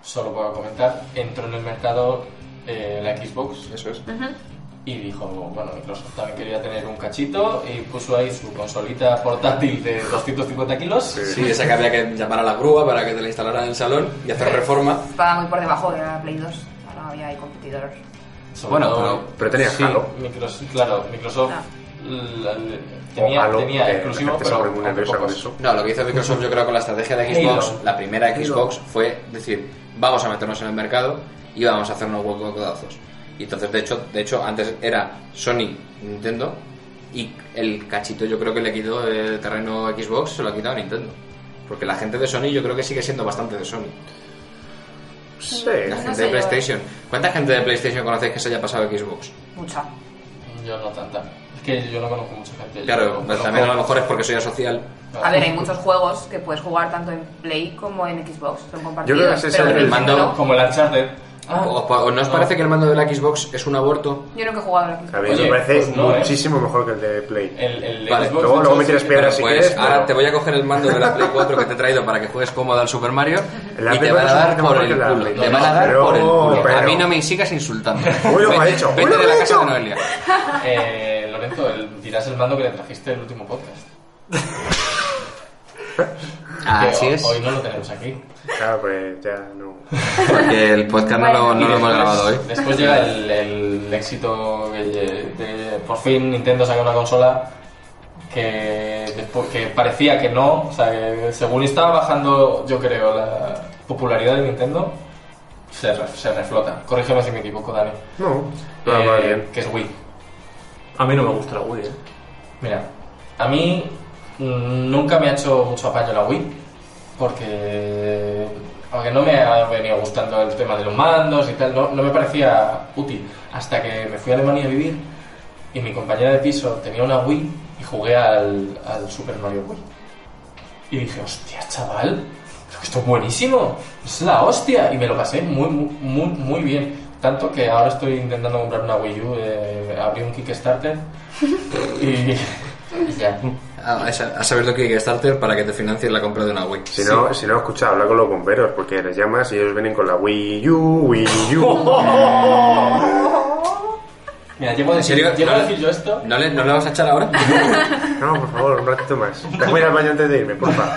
C: solo puedo comentar, entró en el mercado eh, la Xbox
A: Eso es.
C: y dijo, bueno, Microsoft también quería tener un cachito y puso ahí su consolita portátil de 250 kilos.
A: Sí, esa que había que llamar a la grúa para que te la instalaran en el salón y hacer reforma.
D: Estaba muy por debajo de la Play 2. No había ahí competidor.
C: Sobre
A: Bueno,
C: todo-
A: pero-
F: pero tenía
C: sí,
F: Halo. Ah.
C: Microsoft, claro, Microsoft la- la- tenía,
F: Halo,
C: tenía
F: que la
C: exclusivo,
F: gente se
C: pero
F: pone muy
C: aunque
F: nerviosa con
C: pocos.
F: eso.
A: No, lo que hizo Microsoft yo creo con la estrategia de Xbox,
C: Halo.
A: la primera Xbox, fue decir, vamos a meternos en el mercado y vamos a hacer unos huecos codazos. Y entonces, de hecho, de hecho, antes era Sony, Nintendo, y el cachito yo creo que le quitó el terreno a Xbox, se lo ha quitado a Nintendo. Porque la gente de Sony yo creo que sigue siendo bastante de Sony.
F: Sí.
A: La
D: No
A: gente de
D: sé yo. eh.
A: PlayStation. ¿Cuánta gente de PlayStation conocéis que se haya pasado a Xbox?
D: Mucha.
F: Ah.
C: Yo no tanta. Es que yo no conozco mucha gente. Yo
A: Claro,
C: no
A: pues
C: conozco-
A: también a lo mejor es porque soy asocial.
C: Claro.
D: A ver, hay muchos juegos que puedes jugar tanto en Play como en Xbox. Son compartidos.
F: Yo creo que ese es
D: pero
F: el-
D: en
A: el mando-
D: no.
C: Como el Uncharted. Ah.
F: Oh.
A: ¿O- o- ¿No os parece que el mando de la Xbox es un aborto?
D: Yo nunca he jugado aquí.
F: A mí eso
C: Oye,
F: me parece
C: pues no, ¿eh?
F: muchísimo mejor que el de Play.
C: El, el
A: Vale,
C: Xbox
F: luego- luego me
C: sí
F: tiras
C: que-
F: piedras. Pero si
A: pues
F: quieres,
A: ahora
F: no.
A: te voy a coger el mando de la Play 4 que te he traído para que juegues cómodo al Super Mario
F: La
A: y
F: Play
A: te van a
F: 4 es
A: dar
F: mucho
A: por
F: mejor
A: el
F: que la-
A: culo.
F: no,
A: Te van a dar
F: pero-
A: por el culo.
F: pero-
A: A mí no me sigas insultando.
F: Uy, lo que ha
A: Vete-
F: dicho, uy,
A: Vete
F: lo
A: de
F: que
A: la
F: ha
A: casa de
F: dicho.
A: Noelia.
C: Eh, Lorenzo, el- dirás el mando que le trajiste el último podcast. Que
A: Ah, Así
C: ho-
A: es.
C: Hoy no lo tenemos aquí.
F: Claro, pues ya no.
A: Porque el podcast no lo, no lo hemos
C: Después-
A: grabado hoy.
C: Después llega el, el éxito que lle- de- por fin Nintendo saca una consola que, después, que parecía que no, o sea, que según estaba bajando, yo creo, la popularidad de Nintendo, se, re- se reflota. Corrígeme si me equivoco, Dani.
F: No, no,
C: Eh,
F: va bien.
C: Que es Wii.
B: A mí no me gusta la Wii, ¿eh?
C: Mira, a mí mm, nunca me ha hecho mucho apaño la Wii, porque aunque no me ha venido gustando el tema de los mandos y tal, no, no me parecía útil. Hasta que me fui a Alemania a vivir y mi compañera de piso tenía una Wii y jugué al, al Super Mario Wii. Y dije, hostia, chaval, esto es buenísimo, es la hostia. Y me lo pasé muy, muy, muy, muy bien. Tanto que ahora estoy intentando comprar una Wii U, eh, abrí un Kickstarter y, y ya.
A: Ah, es a- Has abierto Kickstarter para que te financies la compra de una Wii.
F: Si no, si no escucha, habla con los bomberos, porque les llamas y ellos vienen con la Wii U, Wii U.
C: Mira, llevo a decir,
A: serio?
C: llevo a
A: No.
C: decir yo esto.
A: ¿No le, ¿No le vas a echar ahora?
F: No, por favor, un ratito más. Déjame ir al baño antes de irme, por favor.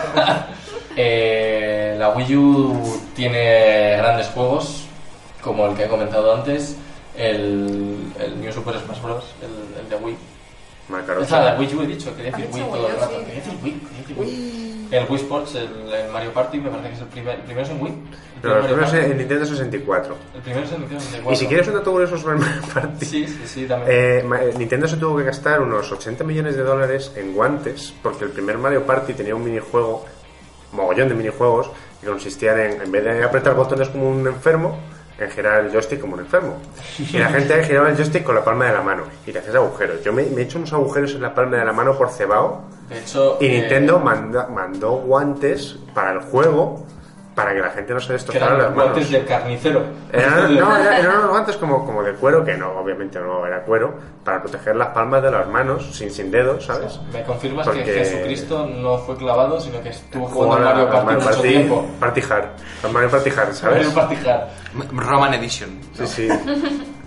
C: Eh, la Wii U tiene grandes juegos, como el que he comentado antes, el, el New Super Smash Bros., el, el de Wii. O sea, la Wii U he dicho, quería decir
D: Ha
C: Wii
D: dicho
C: todo
D: Wii,
C: el
D: sí. Mm.
C: rato. Quería decir Wii, quería decir Wii. El Wii Sports, el, el Mario Party, me parece que es el primer. ¿El primero es en Wii? El
F: Pero los
C: Mario
F: primeros
C: Party.
F: en Nintendo 64.
C: El primero es en Nintendo 64.
F: Y si quieres un dato curioso sobre Mario Party.
C: Sí, sí, sí, también.
F: Eh, ma- eh, Nintendo se tuvo que gastar unos 80 millones de dólares en guantes porque el primer Mario Party tenía un minijuego, mogollón de minijuegos, que consistían en, en vez de apretar botones como un enfermo, en girar el joystick como un enfermo. Y la gente giraba el joystick con la palma de la mano y te hacías agujeros. Yo me, me he hecho unos agujeros en la palma de la mano por cebao
C: de hecho.
F: y
C: eh,
F: Nintendo manda- mandó guantes para el juego para que la gente no se
C: que eran
F: destrozara
C: los
F: las manos.
C: guantes del carnicero.
F: Eran, no, era- eran unos guantes como, como de cuero, que no, obviamente no era cuero, para proteger las palmas de las manos, sin, sin dedos, ¿sabes?
C: ¿Me confirmas que
F: Porque-
C: Jesucristo no fue clavado, sino que estuvo jugando
F: Jugaban
C: al Mario
F: a-
C: Party mucho tiempo?
F: Party Hard. Al Mario Party Hard,
C: Mario
F: ¿sabes?
C: Party Hard.
A: Roman Edition.
F: Sí, sí.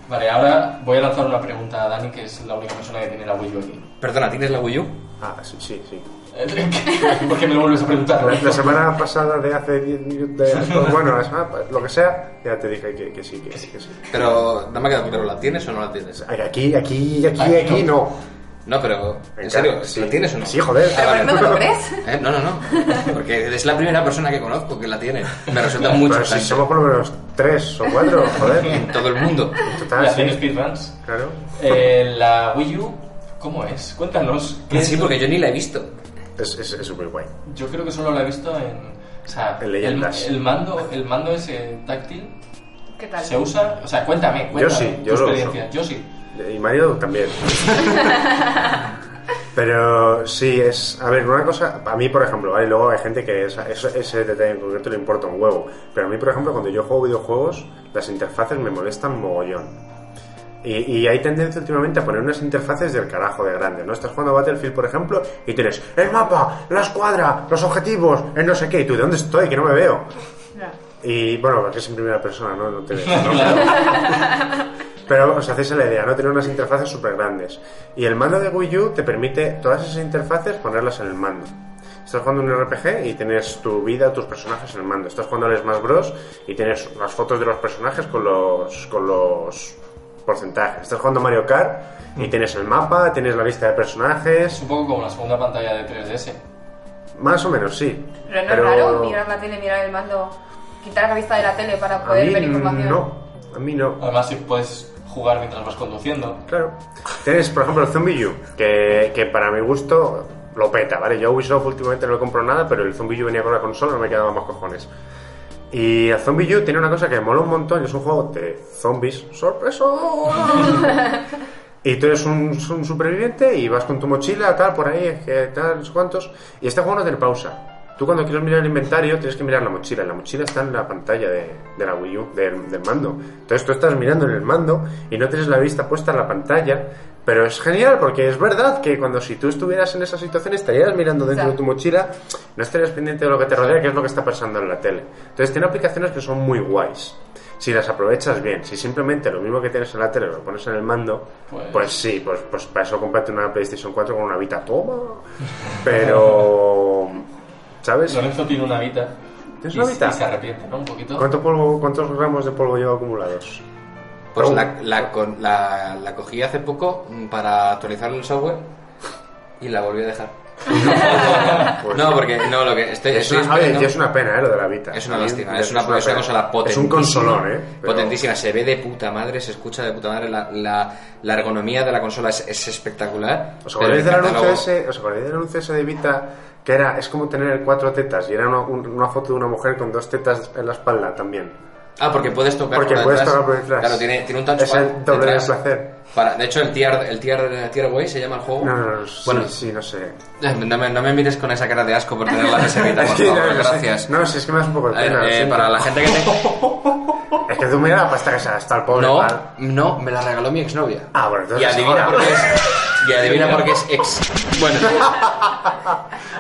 C: Vale, ahora voy a lanzar una pregunta a Dani, que es la única persona que tiene la Wii U aquí.
A: Perdona, ¿tienes la Wii U?
F: Ah, sí, sí, sí.
C: ¿Por qué me lo vuelves a preguntar?
F: La, la semana pasada de hace 10 minutos, de- bueno, la semana, pa- lo que sea, ya te dije que, que sí, que, sí, que sí.
A: Pero no me ha quedado claro, ¿la tienes o no la tienes?
F: Aquí, aquí, aquí,
C: Aquí
F: aquí,
C: no.
F: no.
A: No, pero,
F: Me
A: ¿en serio?
F: encanta, sí.
A: ¿La tienes o no?
F: Sí, joder.
A: Ah, vale.
D: ¿No me lo crees?
A: Eh, No, no, no. Porque es la primera persona que conozco que la tiene. Me resulta mucho
F: Pero si
A: extraño.
F: somos por lo menos 3 o 4, joder.
A: En todo el mundo.
C: ¿Y
F: Total,
C: hacen
F: sí.
C: speedruns?
F: Claro.
C: Eh, la Wii U, ¿cómo es? Cuéntanos. ¿qué
A: Sí,
C: es?
A: porque yo ni la he visto.
F: Es súper es, súper guay.
C: Yo creo que solo la he visto en... O sea,
F: En
C: el,
F: leyendas.
C: el mando, el mando ese táctil
D: ¿Qué tal?
C: se usa... O sea, cuéntame, cuéntame
F: Yo sí, yo
C: tu
F: lo
C: experiencia. Yo sí.
F: Y marido también. Pero sí, es. A ver, una cosa. A mí, por ejemplo, ¿vale? luego hay gente que esa- eso- ese detalle en concreto le importa un huevo. Pero a mí, por ejemplo, cuando yo juego videojuegos, las interfaces me molestan mogollón. Y, y hay tendencia últimamente a poner unas interfaces del carajo de grande, ¿no? Estás jugando a Battlefield, por ejemplo, y tienes el mapa, la escuadra, los objetivos, el no sé qué, y tú, ¿de dónde estoy? Que no me veo.
D: Ya.
F: Y bueno, porque es en primera persona, ¿no? No te ves, ¿no? Pero os hacéis la idea, ¿no? Tiene unas interfaces súper grandes. Y el mando de Wii U te permite todas esas interfaces ponerlas en el mando. Estás jugando un RPG y tienes tu vida, tus personajes en el mando. Estás jugando al Smash Bros. y tienes las fotos de los personajes con los, con los porcentajes. Estás jugando Mario Kart y tienes el mapa, tienes la lista de
C: Es
F: personajes.
C: un poco como la segunda pantalla de 3DS.
F: Más o menos, sí.
D: Pero no es raro mirar la tele, mirar el mando, quitar la vista de la tele para
F: a
D: poder ver
F: mí
D: información.
F: no. A mí no.
C: Además, si puedes jugar mientras vas conduciendo.
F: Claro. Tienes, por ejemplo, el Zombie U, que, que para mi gusto lo peta, ¿vale? Yo a Ubisoft últimamente no le compro nada, pero el Zombie U venía con la consola, no me quedaba más cojones. Y el Zombie U tiene una cosa que me mola un montón, y es un juego de zombies. ¡Sorpresa! Y tú eres un, un superviviente y vas con tu mochila, tal, por ahí, es que tal, no sé cuántos. Y este juego no tiene pausa. Tú cuando quieres mirar el inventario tienes que mirar la mochila. La mochila está en la pantalla de, de la Wii U, del, del mando. Entonces tú estás mirando en el mando y no tienes la vista puesta en la pantalla. Pero es genial porque es verdad que cuando si tú estuvieras en esa situación estarías mirando dentro
D: Exacto.
F: de tu mochila, no estarías pendiente de lo que te rodea, que es lo que está pasando en la tele. Entonces tiene aplicaciones que son muy guays. Si las aprovechas bien, si simplemente lo mismo que tienes en la tele lo pones en el mando,
C: Pues-
F: pues, sí, pues, pues para eso comparte una PlayStation 4 con una Vita Toma. Pero... ¿Sabes?
C: Lorenzo tiene una vida.
F: ¿Tienes
C: y,
F: una Vita?
C: y se arrepiente, ¿no? Un poquito.
F: ¿Cuánto polvo, ¿Cuántos gramos de polvo lleva acumulados?
A: Pues
F: Pero-
A: la, la, con- la, la cogí hace poco mm, para actualizar el software y la volví a dejar.
F: Pues-
A: No, porque no, lo que estoy,
F: Es
A: estoy
F: una, oye,
A: esperando-
F: y es una pena, ¿eh? Lo de la Vita.
A: Es una
F: A mí
A: lástima, ¿eh? es una, es una
F: pena.
A: consola
F: Es
A: potentísima.
F: un consolón, ¿eh? Pero-
A: Potentísima, se ve de puta madre, se escucha de puta madre, la, la, la ergonomía de la consola es, es espectacular.
F: ¿Os
A: pero el
F: acordáis, del anuncio
A: catálogo-
F: ese, ¿Os acordáis del anuncio ese de Vita? Que era, es como tener cuatro tetas. Y era una, un- una foto de una mujer con dos tetas en la espalda también.
A: Ah, porque puedes tocar
F: Porque
A: por
F: puedes
A: detrás.
F: tocar por detrás.
A: Claro, tiene, tiene un
F: Es
A: touchpad
F: el doble
A: detrás.
F: placer.
A: Para, de hecho, el tier, el tier, tier way se llama el juego.
F: No, no, no, sí,
A: Bueno,
F: sí, no sé.
A: no me, no me mires con esa cara de asco por tener la reservita,
F: es
A: por
F: que
A: favor,
F: no, no sé.
A: gracias.
F: No, sí, es que me das un poco de
A: A ver,
F: pena. lo
A: eh,
F: siento.
A: para la gente que te...
F: Es que tú mira la pasta que se ha gastado el pobre.
A: No,
F: tal.
A: no, me la regaló mi exnovia.
F: Ah, bueno,
A: Y
F: entonces.
A: adivina
F: ahora-
A: por qué es. Y adivina por qué es ex. Bueno.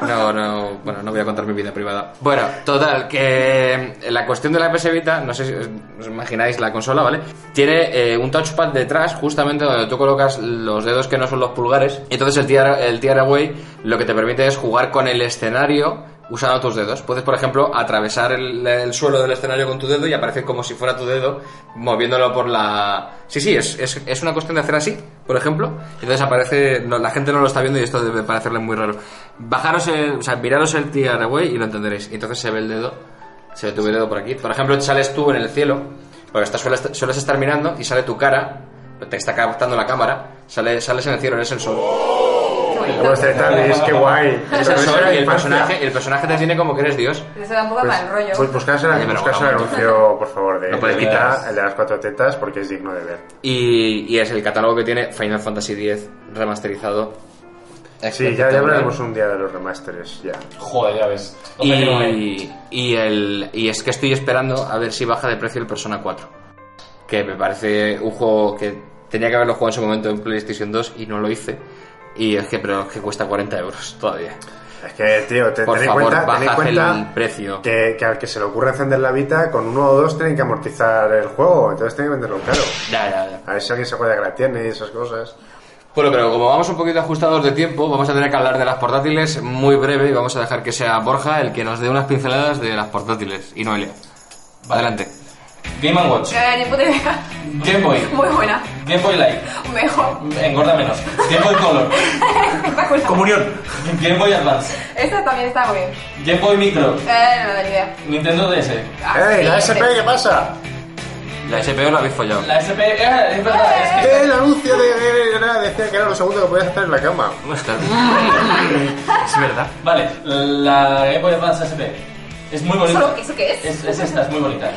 A: No, no, bueno, no voy a contar mi vida privada. Bueno, total, que eh, la cuestión de la PS Vita, no sé si os- os imagináis la consola, ¿vale? Tiene eh, un touchpad detrás, justamente donde tú colocas los dedos que no son los pulgares. Entonces el tiar, el tiar away lo que te permite es jugar con el escenario usando tus dedos. Puedes, por ejemplo, atravesar el, el suelo del escenario con tu dedo y aparece como si fuera tu dedo, moviéndolo por la... Sí, sí, es, es, es una cuestión de hacer así, por ejemplo. Entonces aparece... no, la gente no lo está viendo y esto debe parecerle muy raro. Bajaros el... O sea, miraros el tier away y lo entenderéis. Y entonces se ve el dedo. Se ve tu dedo por aquí. Por ejemplo, sales tú en el cielo, porque estás, sueles, sueles estar mirando y sale tu cara, te está captando la cámara, sale, sales en el cielo, eres el sol.
D: Qué bonito.
F: Como este tal, y es que guay.
A: Eres el
F: Pero eso
A: sol
F: era
A: y el
F: infancia.
A: personaje, el personaje te tiene como que eres Dios.
D: Eso da un poco mal rollo.
F: Pues buscas
A: Oye,
F: el,
A: pero
F: buscas el
A: vamos.
F: anuncio, por favor, de,
A: No
F: de
A: puedes
F: Vita,
C: mirar.
F: el de las cuatro tetas, porque es digno de ver.
A: Y, y es el catálogo que tiene Final Fantasy X remasterizado.
F: Sí, ya,
A: ¿eh?
F: ya hablaremos un día de los remasteres, ya.
C: Joder, ya ves. Objetivo, ¿eh?
A: Y, y, el, y es que estoy esperando a ver si baja de precio el Persona 4. Que me parece un juego que tenía que haberlo jugado en su momento en PlayStation 2 y no lo hice. Y es que, pero es que cuesta 40 euros todavía.
F: Es que, tío, te,
A: Por
F: ten en
A: favor,
F: cuenta, ten en
A: bajad
F: cuenta
A: el precio.
F: Que, que al que se le ocurre encender la Vita, con uno o dos tienen que amortizar el juego, entonces tienen que venderlo caro.
A: Ya, ya, ya.
F: A ver si alguien se acuerda que la tiene y esas cosas.
A: Bueno, pero como vamos un poquito ajustados de tiempo, vamos a tener que hablar de las portátiles muy breve y vamos a dejar que sea Borja el que nos dé unas pinceladas de las portátiles y Noelia. Adelante.
C: Game and Watch.
D: Eh, ni puta idea.
C: Game Boy.
D: Muy buena.
C: Game Boy Light.
D: Mejor.
C: Engorda menos. Game Boy Color.
D: Espectacular.
B: Comunión.
C: Game Boy Advance.
D: Esta también está muy bien.
C: Game Boy Micro.
D: Eh, no me da ni idea.
C: Nintendo DS.
D: Ah,
F: ¡Ey, ¡Eh, la SP,
D: siguiente.
F: qué pasa!
A: La SPO la habéis follado.
C: La SP. eh, es verdad, es que.
F: ¡Eh, el anuncio de, de, de- de- decía que era lo segundo que podías hacer en la cama!
H: Es verdad.
C: Vale, la Game Boy Advance SP. Es muy bonita.
D: ¿Solo que eso qué es?
C: Es, es esta, es muy bonita.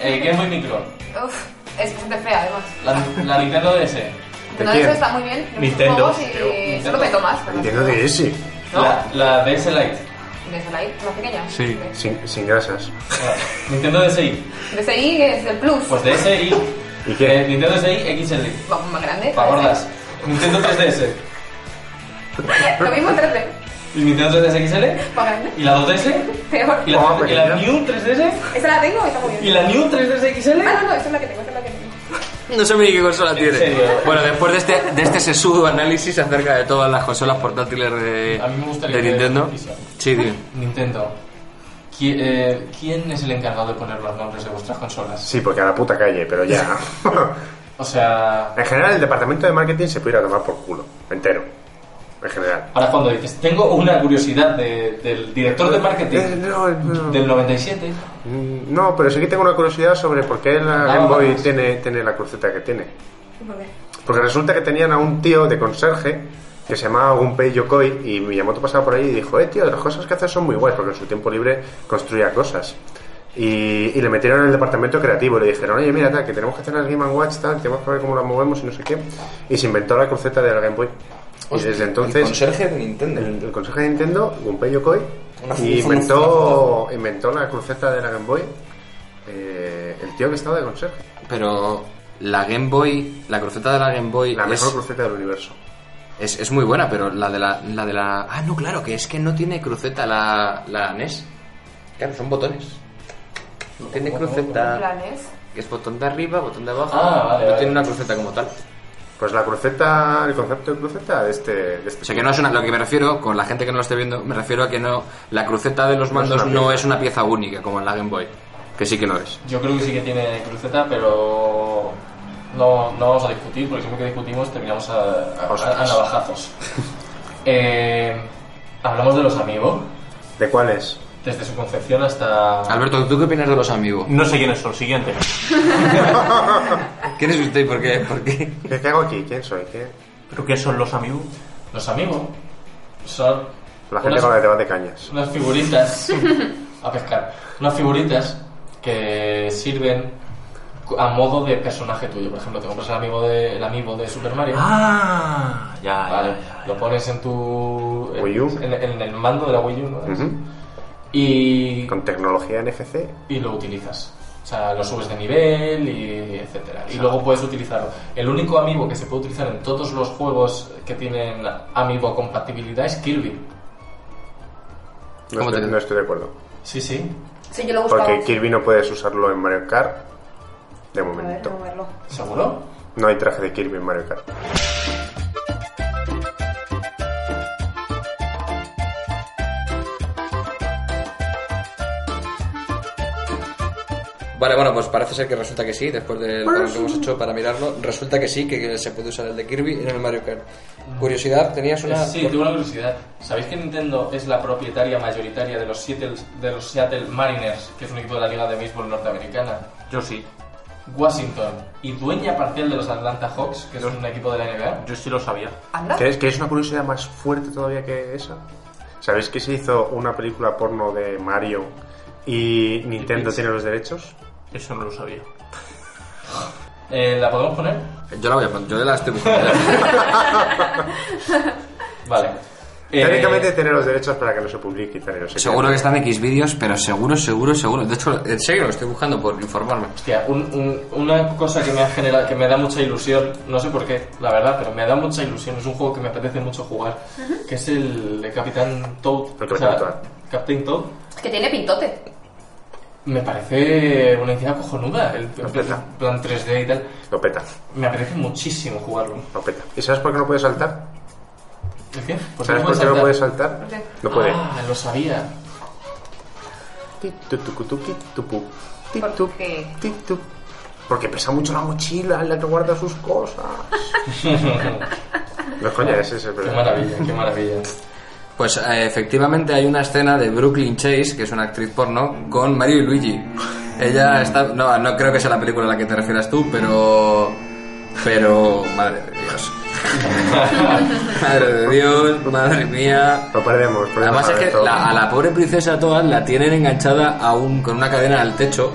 C: Eh, Game Boy Micro.
F: este.
D: Uf, es bastante fea además.
C: La, la Nintendo DS.
F: ¿De
D: No,
F: quién?
D: eso está muy bien. Muchos
B: Nintendo.
D: juegos
B: Creo.
D: Y solo me tomas. pero no
F: Entiendo
D: sé.
F: que es sí,
D: ¿No?
C: La, la DS Lite.
D: ¿De Solai? ¿Más pequeña?
H: Sí.
F: sin, sin grasas.
C: Bueno, Nintendo DSi.
D: ¿De Solai es el plus?
C: Pues DSi.
F: ¿Y qué?
C: eh, Nintendo DSi XL.
D: Vamos, más grande.
C: Para gordas. Nintendo 3DS.
D: Lo mismo en 3D.
C: Y Nintendo 3DS XL.
D: Más grande.
C: Y la 2DS.
D: Peor.
C: Y la,
F: Oh,
C: y la
F: pequeña.
C: New 3DS.
D: Esa la tengo y está muy bien.
C: Y la New 3DS XL.
D: Ah, no, no, esa es la que tengo, esa es la que tengo.
H: No sé ni qué consola tiene.
C: serio?
H: Bueno, después de este, de este sesudo análisis acerca de todas las consolas portátiles de,
C: A mí me gustaría
H: de
C: que-
H: Nintendo. Sí, dime.
C: Nintendo. ¿Qui- eh, ¿Quién es el encargado de poner los nombres de vuestras consolas?
F: Sí, porque a la puta calle, pero ya.
C: O sea,
F: en general, el departamento de marketing se puede ir a tomar por culo, entero. En general.
C: ahora cuando dices, tengo una curiosidad de- del director de
F: Eh,
C: marketing
F: no, no.
C: del 97.
F: Mm, No, pero sí que tengo una curiosidad sobre por qué la
C: Ah,
F: Game Boy
C: vamos.
F: tiene, tiene la cruceta que tiene.
D: Muy bien.
F: Porque resulta que tenían a un tío de conserje que se llamaba Gunpei Yokoi y Miyamoto pasaba por ahí y dijo, eh tío, las cosas que haces son muy guays porque en su tiempo libre construía cosas. Y, y le metieron en el departamento creativo, le dijeron, oye, mira, tal, que tenemos que hacer las Game Watch, tal, tenemos que ver cómo las movemos y no sé qué. Y se inventó la
C: Pues,
F: cruceta del Game Boy. y desde entonces...
A: El conserje de Nintendo.
F: El, el consejo de Nintendo, Gunpei Yokoi, Y inventó, inventó la cruceta de la Game Boy eh, el tío que estaba de conserje.
A: Pero la Game Boy, la cruceta de la Game Boy
F: La
A: es,
F: mejor cruceta del universo.
A: es, es muy buena, pero la de la, la de la... Ah, no, claro, que es que no tiene cruceta la, la NES. Claro, son botones. No tiene cruceta.
D: ¿Planes?
A: Que es botón de arriba, botón de abajo.
C: Ah, vale,
A: no
C: vale.
A: tiene una cruceta como tal.
F: Pues la cruceta, el concepto de cruceta de este. De este
A: O sea que no es una, lo que me refiero, con la gente que no lo esté viendo, me refiero a que no, la cruceta de los
F: No es
A: mandos
F: una
A: no
F: pieza.
A: es una pieza única como en la Game Boy, que sí que lo es.
C: Yo creo que sí que tiene cruceta, pero no, no vamos a discutir, porque siempre que discutimos terminamos a, a-
F: Hostias.
C: a navajazos. Eh, hablamos de los amigos,
F: ¿De cuál es?
C: desde su concepción hasta...
A: Alberto, ¿tú qué opinas de los amigos?
B: No sé quiénes son, siguiente.
A: ¿Quién es usted y por qué? ¿Por qué?
F: ¿Qué, qué hago aquí? ¿Quién soy? ¿Qué?
B: ¿Pero qué son los amigos?
C: Los amigos son
F: La gente
C: unas-
F: con la que te vas de cañas.
C: unas figuritas a pescar. Unas figuritas que sirven a modo de personaje tuyo. Por ejemplo, te compras el amigo de, el amigo de Super Mario.
B: Ah, ya,
C: Vale,
B: ya, ya, ya.
C: lo pones en tu. en-
F: Wii U.
C: En, en el mando de la Wii U, ¿no?
F: Ujú.
C: y,
F: Con tecnología NFC.
C: y lo utilizas. O sea, lo subes de nivel y etcétera. Y luego puedes utilizarlo. El único amiibo que se puede utilizar en todos los juegos que tienen amiibo compatibilidad es Kirby.
F: No,
A: ¿Cómo
F: estoy,
A: te-
F: no estoy de acuerdo.
C: Sí, sí.
D: Sí, yo lo buscaba.
F: Porque Kirby no puedes usarlo en Mario Kart. De
D: A ver,
F: momento.
D: vamos a verlo.
C: ¿Seguro?
F: No hay traje de Kirby en Mario Kart.
A: Vale, bueno, pues parece ser que resulta que sí, después del parón que hemos hecho para mirarlo, resulta que sí, que, que se puede usar el de Kirby en el Mario Kart. Curiosidad, tenías una...
C: Sí, tengo una curiosidad. ¿Sabéis que Nintendo es la propietaria mayoritaria de los Seattle, de los Seattle Mariners, que es un equipo de la Liga de Béisbol norteamericana?
B: Yo sí.
C: Washington y dueña parcial de los Atlanta Hawks, que es un equipo de la NBA.
B: Yo sí lo sabía.
D: Anda.
F: ¿Qué es, que es una curiosidad más fuerte todavía que esa? ¿Sabéis que se hizo una película porno de Mario y Nintendo tiene los derechos?
B: Eso no lo sabía.
C: Eh, ¿La podemos poner?
A: Yo la voy a poner, yo la estoy buscando.
C: Vale. Eh,
F: Técnicamente tiene los derechos para que no se publique y tal. y no sé qué.
A: seguro que están X vídeos, pero seguro, seguro, seguro. De hecho, en serio lo estoy buscando por informarme.
C: Hostia, un- un- una cosa que me, ha generado, que me da mucha ilusión, no sé por qué, la verdad, pero me da mucha ilusión, es un juego que me apetece mucho jugar, que es el de Capitán Toad.
F: El Capitán Toad.
C: Captain Toad.
D: Que tiene pintote.
C: Me parece una idea cojonuda, el el-
F: Completa.
C: el plan 3D y tal.
F: Lo peta,
C: Me apetece muchísimo jugarlo.
F: lo peta. ¿Y sabes por qué no puede saltar?
C: ¿El qué? Pues
F: ¿Sabes
C: no puedes
F: por qué no
C: saltar.
F: puede saltar?
D: qué?
F: No puede.
C: Ah, lo sabía.
F: Ti, tu, tu, cu, tu, qui, tu, pu. Ti,
D: ¿Por
F: tu,
D: qué?
F: ti, tu. Porque pesa mucho la mochila en la que guarda sus cosas. No, coña, ese es el
C: Qué
F: problema.
C: maravilla, qué maravilla.
A: Pues eh, efectivamente hay una escena de Brooklyn Chase, que es una actriz porno, con Mario y Luigi. Ella está... No, no creo que sea la película a la que te refieras tú, pero... Pero... Madre de Dios. madre de Dios, madre mía.
F: Lo perdemos. perdemos
A: Además es que
F: Alberto.
A: la- a la pobre princesa Toad la tienen enganchada a un- con una cadena al techo.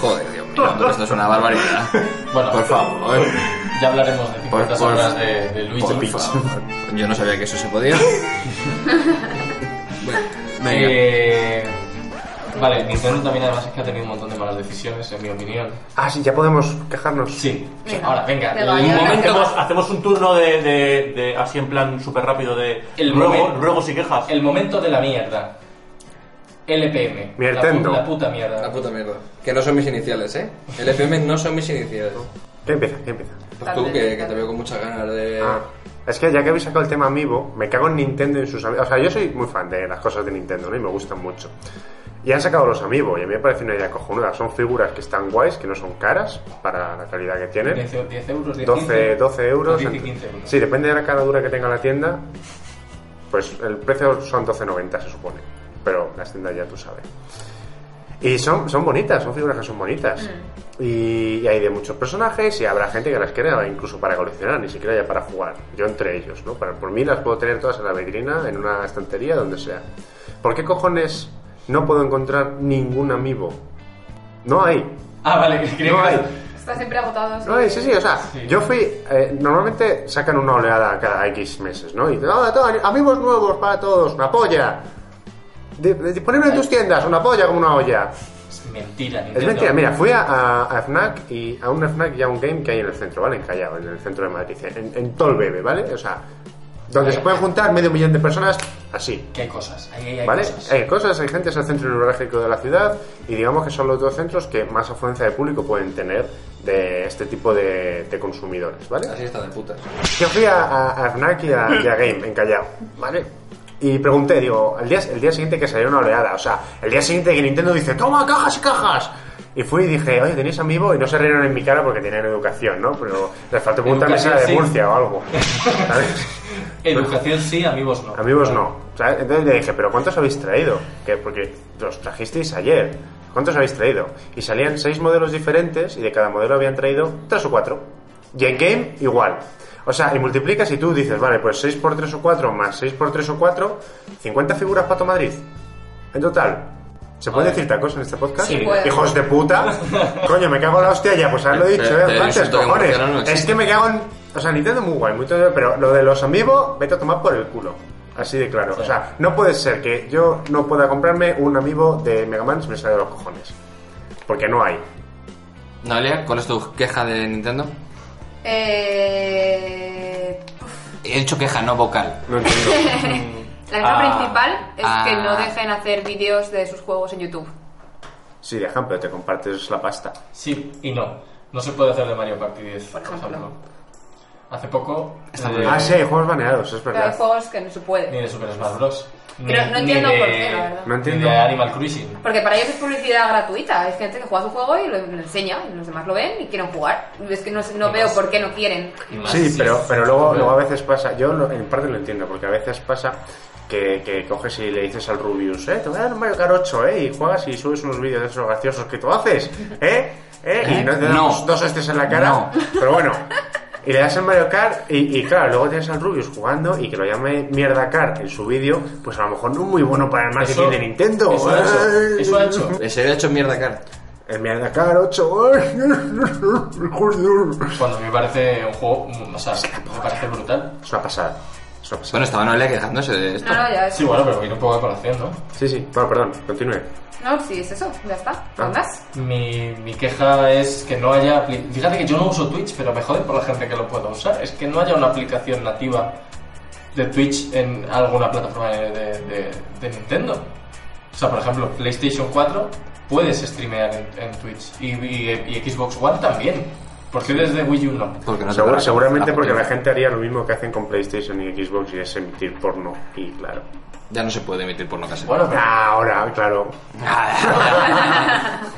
A: Joder, Dios mío, pero esto es una barbaridad.
C: Bueno.
A: por favor.
C: Ya hablaremos de
A: Por-
C: 50
A: por-
C: horas de, de Luigi.
A: Por favor. Yo no sabía que eso se podía. Bueno, venga.
C: Eh, vale, Nintendo también además es que ha tenido un montón de malas decisiones, en mi opinión.
F: Ah, sí, ya podemos quejarnos.
C: Sí.
D: Venga,
C: Ahora, venga.
D: venga,
C: el
D: ya.
C: momento
B: Hacemos,
C: más-
B: hacemos un turno de, de- de- así en plan súper rápido de
C: El
B: ruego,
C: momento-
B: ruegos y quejas.
C: El momento de la mierda. LPM.
F: Miertendo.
C: La, pu- la puta
A: La
C: mierda.
A: puta mierda. Que no son mis iniciales, ¿eh? El FM no son mis iniciales.
F: ¿Qué empieza? ¿Qué empieza?
A: Pues tú, que, que te veo con muchas ganas de...
F: Ah, es que ya que habéis sacado el tema Amiibo, me cago en Nintendo y sus amigos. O sea, yo soy muy fan de las cosas de Nintendo, ¿no? Y me gustan mucho. Y han sacado los Amiibo, y a mí me parece una idea cojonuda. Son figuras que están guays, que no son caras para la calidad que tienen.
C: 10, 10 euros, 10,
F: 12, 12 euros.
C: 10 y 15 euros.
F: Sí, depende de la cara dura que tenga la tienda. Pues el precio son 12,90 se supone. Pero las tiendas ya tú sabes. Y son, son bonitas, son figuras que son bonitas. Y, y hay de muchos personajes y habrá gente que las quiera incluso para coleccionar, ni siquiera ya para jugar. Yo entre ellos, ¿no? Para- por mí las puedo tener todas en la vitrina, en una estantería, donde sea. ¿Por qué cojones no puedo encontrar ningún amiibo? No hay.
C: Ah, vale, que creía
F: No
C: que-
F: hay.
D: Está siempre agotado.
F: No, sí, sí, o sea,
C: Sí.
F: yo fui. eh, normalmente sacan una oleada cada X meses, ¿no? Y dicen, "Ah, todo- amigos nuevos para todos, una polla. de- de- disponible en tus tiendas, una polla como una olla.
C: Es mentira, Nintendo.
F: Es mentira, mira, fui a, a- a FNAC y a un FNAC y a un game que hay en el centro, ¿vale? En Callao, en el centro de Madrid, en, en Tolbebe, ¿vale? O sea, donde se pueden juntar medio millón de personas así.
C: Que hay cosas. ahí- ahí hay
F: ¿Vale? eh,
C: cosas.
F: Hay cosas, hay gente, es el centro neurálgico de la ciudad y digamos que son los dos centros que más afluencia de público pueden tener de este tipo de, de consumidores, ¿vale?
I: Así está de putas.
F: Yo fui a, a, a Fnac y a, y a Game en Callao, ¿vale? Y pregunté, digo, el día, el día siguiente que salió una oleada, o sea, el día siguiente que Nintendo dice, toma cajas y cajas. Y fui y dije, oye, ¿tenéis amigo? Y no se rieron en mi cara porque tenían educación, ¿no? Pero les faltó preguntarme si era de
C: Educación, sí.
F: Murcia o algo. ¿sabes? pues-
C: Educación sí, amigos no.
F: Amigos no. ¿sabes? Entonces le dije, ¿pero cuántos habéis traído? Que Porque los trajisteis ayer. ¿Cuántos habéis traído? Y salían seis modelos diferentes y de cada modelo habían traído tres o cuatro. Y en game, igual. O sea, y multiplicas y tú dices, vale, pues 6 por 3 o 4 más 6 por 3 o 4, 50 figuras Pato Madrid. En total. ¿Se puede decir tacos en este podcast?
D: Sí, puede.
F: Hijos de puta. Coño, me cago en la hostia ya, pues haberlo dicho,
I: Pero-
F: eh,
I: pero el
F: antes,
I: insulto Este, que
F: cojones.
I: murciano no
F: es
I: existe.
F: que me cago en. O sea, Nintendo muy guay, muy todo, pero lo de los amigos, vete a tomar por el culo. Así de claro. O sea, no puede ser que yo no pueda comprarme un amigo de Mega Man si me sale de los cojones. Porque no hay.
I: Noelia, ¿cuál es tu queja de Nintendo?
D: Eh,
I: He hecho queja, no vocal.
F: No entiendo.
D: la queja
B: Ah.
D: principal es que
I: Ah.
D: no dejen hacer vídeos de sus juegos en YouTube.
F: Sí, dejan, pero te compartes la pasta.
C: Sí y no. No se puede hacer de Mario Party 10, por
D: ejemplo.
C: ejemplo. Hace poco. eh,
F: Ah, sí, hay juegos baneados, es
D: Pero hay
F: verdad.
D: juegos que no se
C: Ni
D: puede.
C: de Super Smash Bros.
D: Pero
C: ni-
D: no
C: ni
D: entiendo
C: de-
D: por qué, la verdad.
F: No
C: ni
F: entiendo.
C: de Animal Crossing.
D: Porque para ellos es publicidad gratuita. Hay gente que juega su juego y lo, lo enseña, y los demás lo ven y quieren jugar. Es que no, sé- no
F: Pues
C: Y
D: veo
C: más.
D: por qué no quieren.
C: Y más
F: Sí,
C: si
F: pero,
C: es-
F: pero luego, luego a veces pasa, yo lo- en parte lo entiendo, porque a veces pasa que, que coges y le dices al Rubius, eh, te voy a dar un Mario Kart 8, eh, y juegas y subes unos vídeos de esos graciosos que tú haces, eh, eh, y no te
I: No.
F: damos dos estés en la cara,
I: No.
F: pero bueno. Y le das el Mario Kart y, y claro, luego tienes al Rubius jugando y que lo llame mierda Kart en su vídeo, pues a lo mejor no muy bueno para el marketing
C: Eso-
F: de Nintendo.
C: Eso ha hecho. Eso ha hecho.
I: Se ha hecho mierda, cara.
F: El mierda Kart 8, eh, hijos de un-
C: Cuando a mí me parece un juego. mm, O sea, me parece brutal.
F: Es una pasada. Es una pasada.
I: Bueno, estaba Noelia quejándose de esto.
D: No, no, ya es.
C: Sí, bueno, pero viene un poco a colación, ¿no?
F: Sí, sí, bueno, perdón, continúe.
D: No, sí, es eso. Ya está. No hay
F: Ah.
D: más.
C: Mi, mi queja es que no haya. apli- Fíjate que yo no uso Twitch, pero me jode por la gente que lo pueda usar. Es que no haya una aplicación nativa de Twitch en alguna plataforma de, de- de- de Nintendo. O sea, por ejemplo, PlayStation 4 puedes streamear en, en Twitch y, y- y Xbox One también. ¿Por qué desde Wii U no?
I: Porque no se
F: Seguro-
I: para-
A: Ah,
F: seguramente porque la
I: apetece.
F: gente haría lo mismo que hacen con PlayStation y Xbox y es emitir porno. Y claro.
I: Ya no se puede emitir porno casero.
C: Bueno,
F: Ah.
C: pero,
F: Ahora, claro.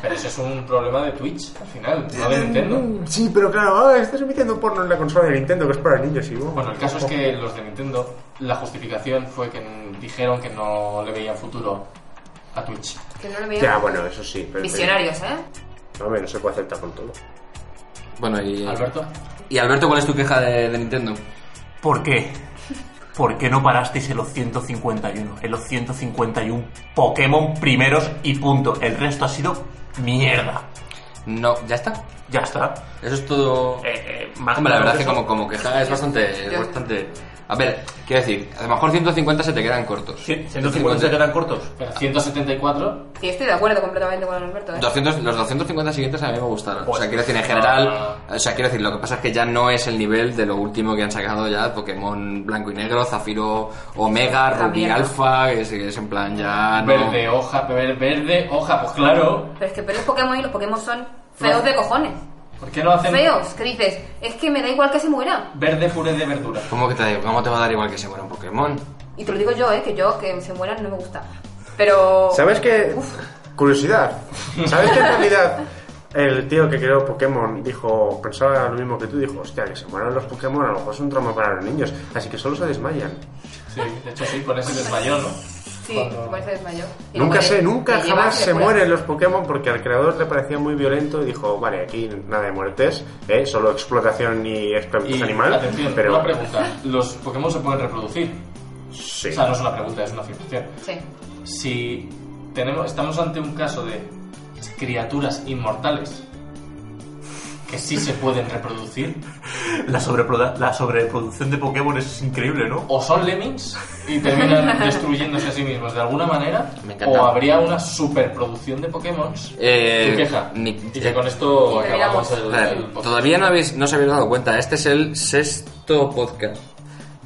C: pero eso es un problema de Twitch al final, no de Nintendo.
F: Sí, pero claro, ah, estás emitiendo porno en la consola de Nintendo que es para niños y vos.
C: Bueno, el caso es que los de Nintendo, la justificación fue que n- dijeron que no le veían futuro a Twitch.
D: Que no lo veo.
F: Ya, bueno, eso sí. Pero,
D: Visionarios, ¿eh?
F: No, hombre, no se puede aceptar con todo.
I: Bueno, y...
C: Alberto,
I: ¿Y Alberto cuál es tu queja de, de Nintendo?
J: ¿Por qué? ¿Por qué no parasteis en los 151? En los 151 Pokémon primeros y punto. El resto ha sido mierda.
I: No, ya está.
J: Ya está.
I: Eso es todo...
J: Eh, eh, más
I: Hombre, la verdad es que
J: eso-
I: como, como queja es bastante, es bastante... A ver, quiero decir, a lo mejor 150 se te quedan cortos.
J: Sí, 150 se quedan cortos.
C: pero 174,
D: Sí, estoy de acuerdo completamente con Alberto, ¿eh?
I: 200 los 250 siguientes a mí me gustaron. o
J: Pues,
I: sea, quiero decir, en general, o sea, quiero decir, lo que pasa es que ya no es el nivel de lo último que han sacado ya, Pokémon Blanco y Negro, Zafiro Omega,
D: La
I: Rubí
D: mierda.
I: Alfa, que es, que es en plan ya...
F: Ah,
I: no-
C: verde, hoja, ver- verde, hoja, pues claro.
D: Pero es que pero los Pokémon y los Pokémon son feos de cojones.
C: ¿Por qué no hacen
D: Feos, que dices, es que me da igual que se muera.
C: verde puré de verdura?
I: ¿Cómo que te, da- ¿Cómo te va a dar igual que se muera un Pokémon?
D: Y te lo digo yo, ¿eh? Que yo, que se mueran, no me gusta. Pero.
F: ¿Sabes qué? Curiosidad. ¿Sabes que en realidad el tío que creó Pokémon dijo, pensaba lo mismo que tú, dijo, hostia, que se mueran los Pokémon, a lo mejor es un trauma para los niños, así que solo se desmayan.
C: Sí, de hecho sí, con ese desmayo, ¿no?
D: Sí,
C: Cuando-
D: igual se desmayó. Y
F: Nunca
D: muere.
F: sé, nunca
D: Le llevan
F: jamás
D: y le
F: se
D: curan.
F: mueren los Pokémon porque al creador le parecía muy violento y dijo, vale, aquí nada de muertes, ¿eh? solo explotación y explotación animal.
C: atención,
F: pero
C: una pregunta. ¿Los Pokémon se pueden reproducir?
F: sí.
C: O sea, no es una pregunta, es una afirmación.
D: Sí.
C: si tenemos, estamos ante un caso de criaturas inmortales que sí se pueden reproducir,
B: La, sobreproda- la sobreproducción de Pokémon es increíble, ¿no?
C: o son lemmings y terminan destruyéndose a sí mismos de alguna manera,
A: Me encanta.
C: o habría una superproducción de Pokémon.
A: Eh,
C: tu queja.
A: ni- eh,
C: y que con esto
D: Y
C: acabamos
D: terminamos.
C: el,
A: Vale,
C: el podcast.
A: Todavía no, habéis, no os habéis dado cuenta. Este es el sexto podcast.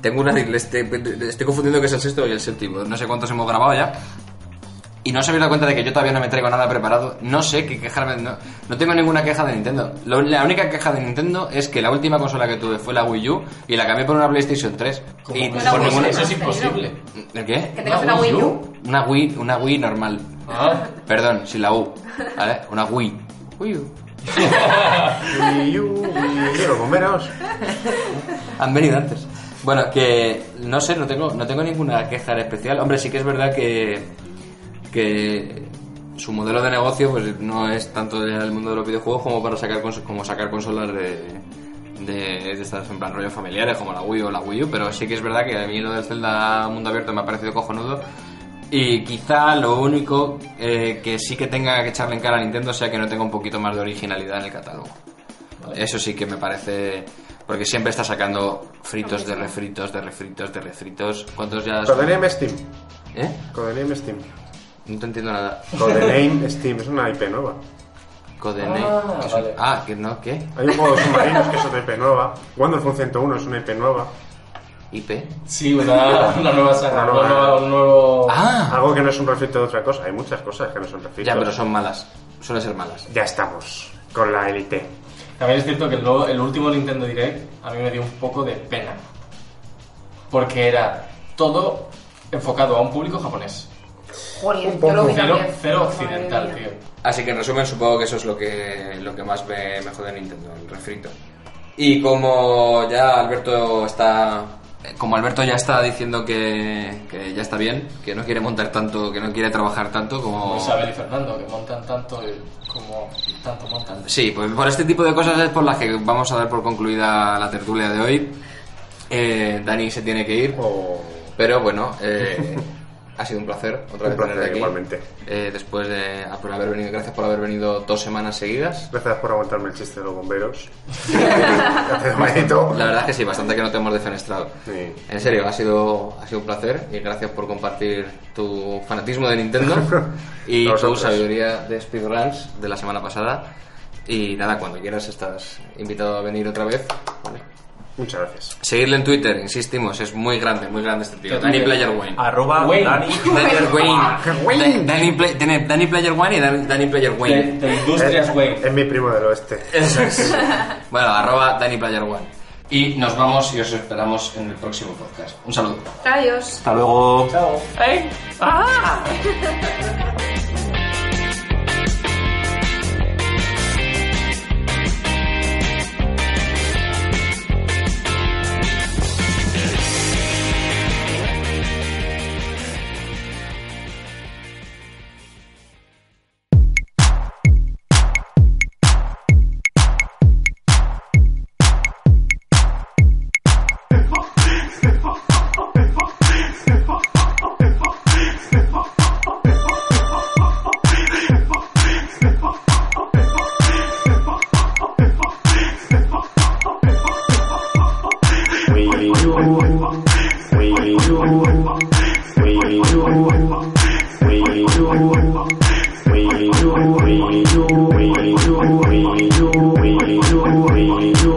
A: Tengo una. le Estoy, le estoy confundiendo que es el sexto y el séptimo. No sé cuántos hemos grabado ya. Y no os habéis dado cuenta de que yo todavía no me traigo nada preparado. No sé qué quejarme. No, no tengo ninguna queja de Nintendo. Lo- la única queja de Nintendo es que la última consola que tuve fue la Wii U y la cambié por una PlayStation 3.
C: Como
A: Y
C: que
D: Una
A: por
D: Wii
A: ninguna.
D: U.
C: Eso es imposible.
A: ¿El qué?
D: Que tengas una Wii U.
A: Una Wii, una Wii normal.
C: Ah,
A: Perdón, sin la U. ¿Vale? Una Wii. Wii U.
F: Y, uh, y los bomberos.
A: Han venido antes. Bueno, que no sé, no tengo, no tengo ninguna queja en especial. Hombre, sí que es verdad que, que su modelo de negocio pues no es tanto del mundo de los videojuegos como para sacar cons- como sacar consolas de, de, de estas en plan rollos familiares como la Wii o la Wii U, pero sí que es verdad que a mí lo del Zelda Mundo Abierto me ha parecido cojonudo. Y quizá lo único eh, que sí que tenga que echarle en cara a Nintendo sea que no tenga un poquito más de originalidad en el catálogo. Eso sí que me parece. Porque siempre está sacando fritos de refritos, de refritos, de refritos. ¿Cuántos ya son?
F: Codename Steam.
A: ¿Eh?
F: Codename Steam.
A: No te entiendo nada.
F: Codename Steam. Es una IP nueva.
A: Codename.
C: Ah,
A: ¿Qué es?
C: vale.
A: Ah, que no, ¿qué?
F: Hay un juego de submarinos que es otra IP nueva. Wonderful 101 es una IP nueva.
A: IP.
C: sí, una, una nueva saga,
F: Una
C: una
F: nueva-
C: nueva- un nuevo...
A: Ah,
F: Algo que no es un refrito de otra cosa. Hay muchas cosas que no son refritos.
A: ya, pero son malas. Suelen ser malas.
F: Ya estamos con la élite.
C: También es cierto que el, nuevo- el último Nintendo Direct a mí me dio un poco de pena. Porque era todo enfocado a un público japonés.
D: Joder, yo lo vi
C: Cero,
D: también.
C: cero
D: Madre
C: occidental,
D: mía.
C: tío.
A: Así que en resumen, supongo que eso es lo que, lo que más me, me jode Nintendo, el refrito. Y como ya Alberto está. eh, Como Alberto ya está diciendo que, que ya está bien, que no quiere montar tanto, que no quiere trabajar tanto como.
C: Como Isabel y Fernando, que montan tanto y como tanto montan.
A: Sí, pues por este tipo de cosas es por las que vamos a dar por concluida la tertulia de hoy. Eh, Dani se tiene que ir,
F: O...
A: pero bueno, eh, ha sido un placer otra
F: Un
A: vez
F: placer,
A: tenerte aquí.
F: igualmente.
A: Eh, después de ah, por haber venido, gracias por haber venido dos semanas seguidas.
F: Gracias por aguantarme el chiste de los bomberos. Gracias, mérito.
A: La verdad es que sí, bastante que no te hemos defenestrado.
F: Sí.
A: En serio, ha sido, ha sido un placer y gracias por compartir tu fanatismo de Nintendo y
F: A
A: tu
F: vosotros.
A: sabiduría de speedruns de la semana pasada. Y nada, cuando quieras estás invitado a venir otra vez. ¿vale?
F: Muchas gracias.
A: Seguirle en Twitter, insistimos, es muy grande, muy grande este tío.
C: ¿Qué
A: Danny
C: Twitter?
A: Player Wayne.
B: Arroba
C: Wayne.
B: Dani.
A: Player Wayne. Da- Danny, Pla- tiene Danny Player Wayne y Dan- Danny Player
C: De,
A: Wayne.
C: de Industrias Wave.
F: Es mi primo del oeste.
A: Eso es. Bueno, arroba Danny Player One. Y nos vamos y os esperamos en el próximo podcast. Un saludo.
D: Adiós.
B: Hasta luego.
F: Wii U, Wii U, Wii U, Wii U, Wii U, Wii U, Wii U, Wii U, Wii U, Wii U, Wii U.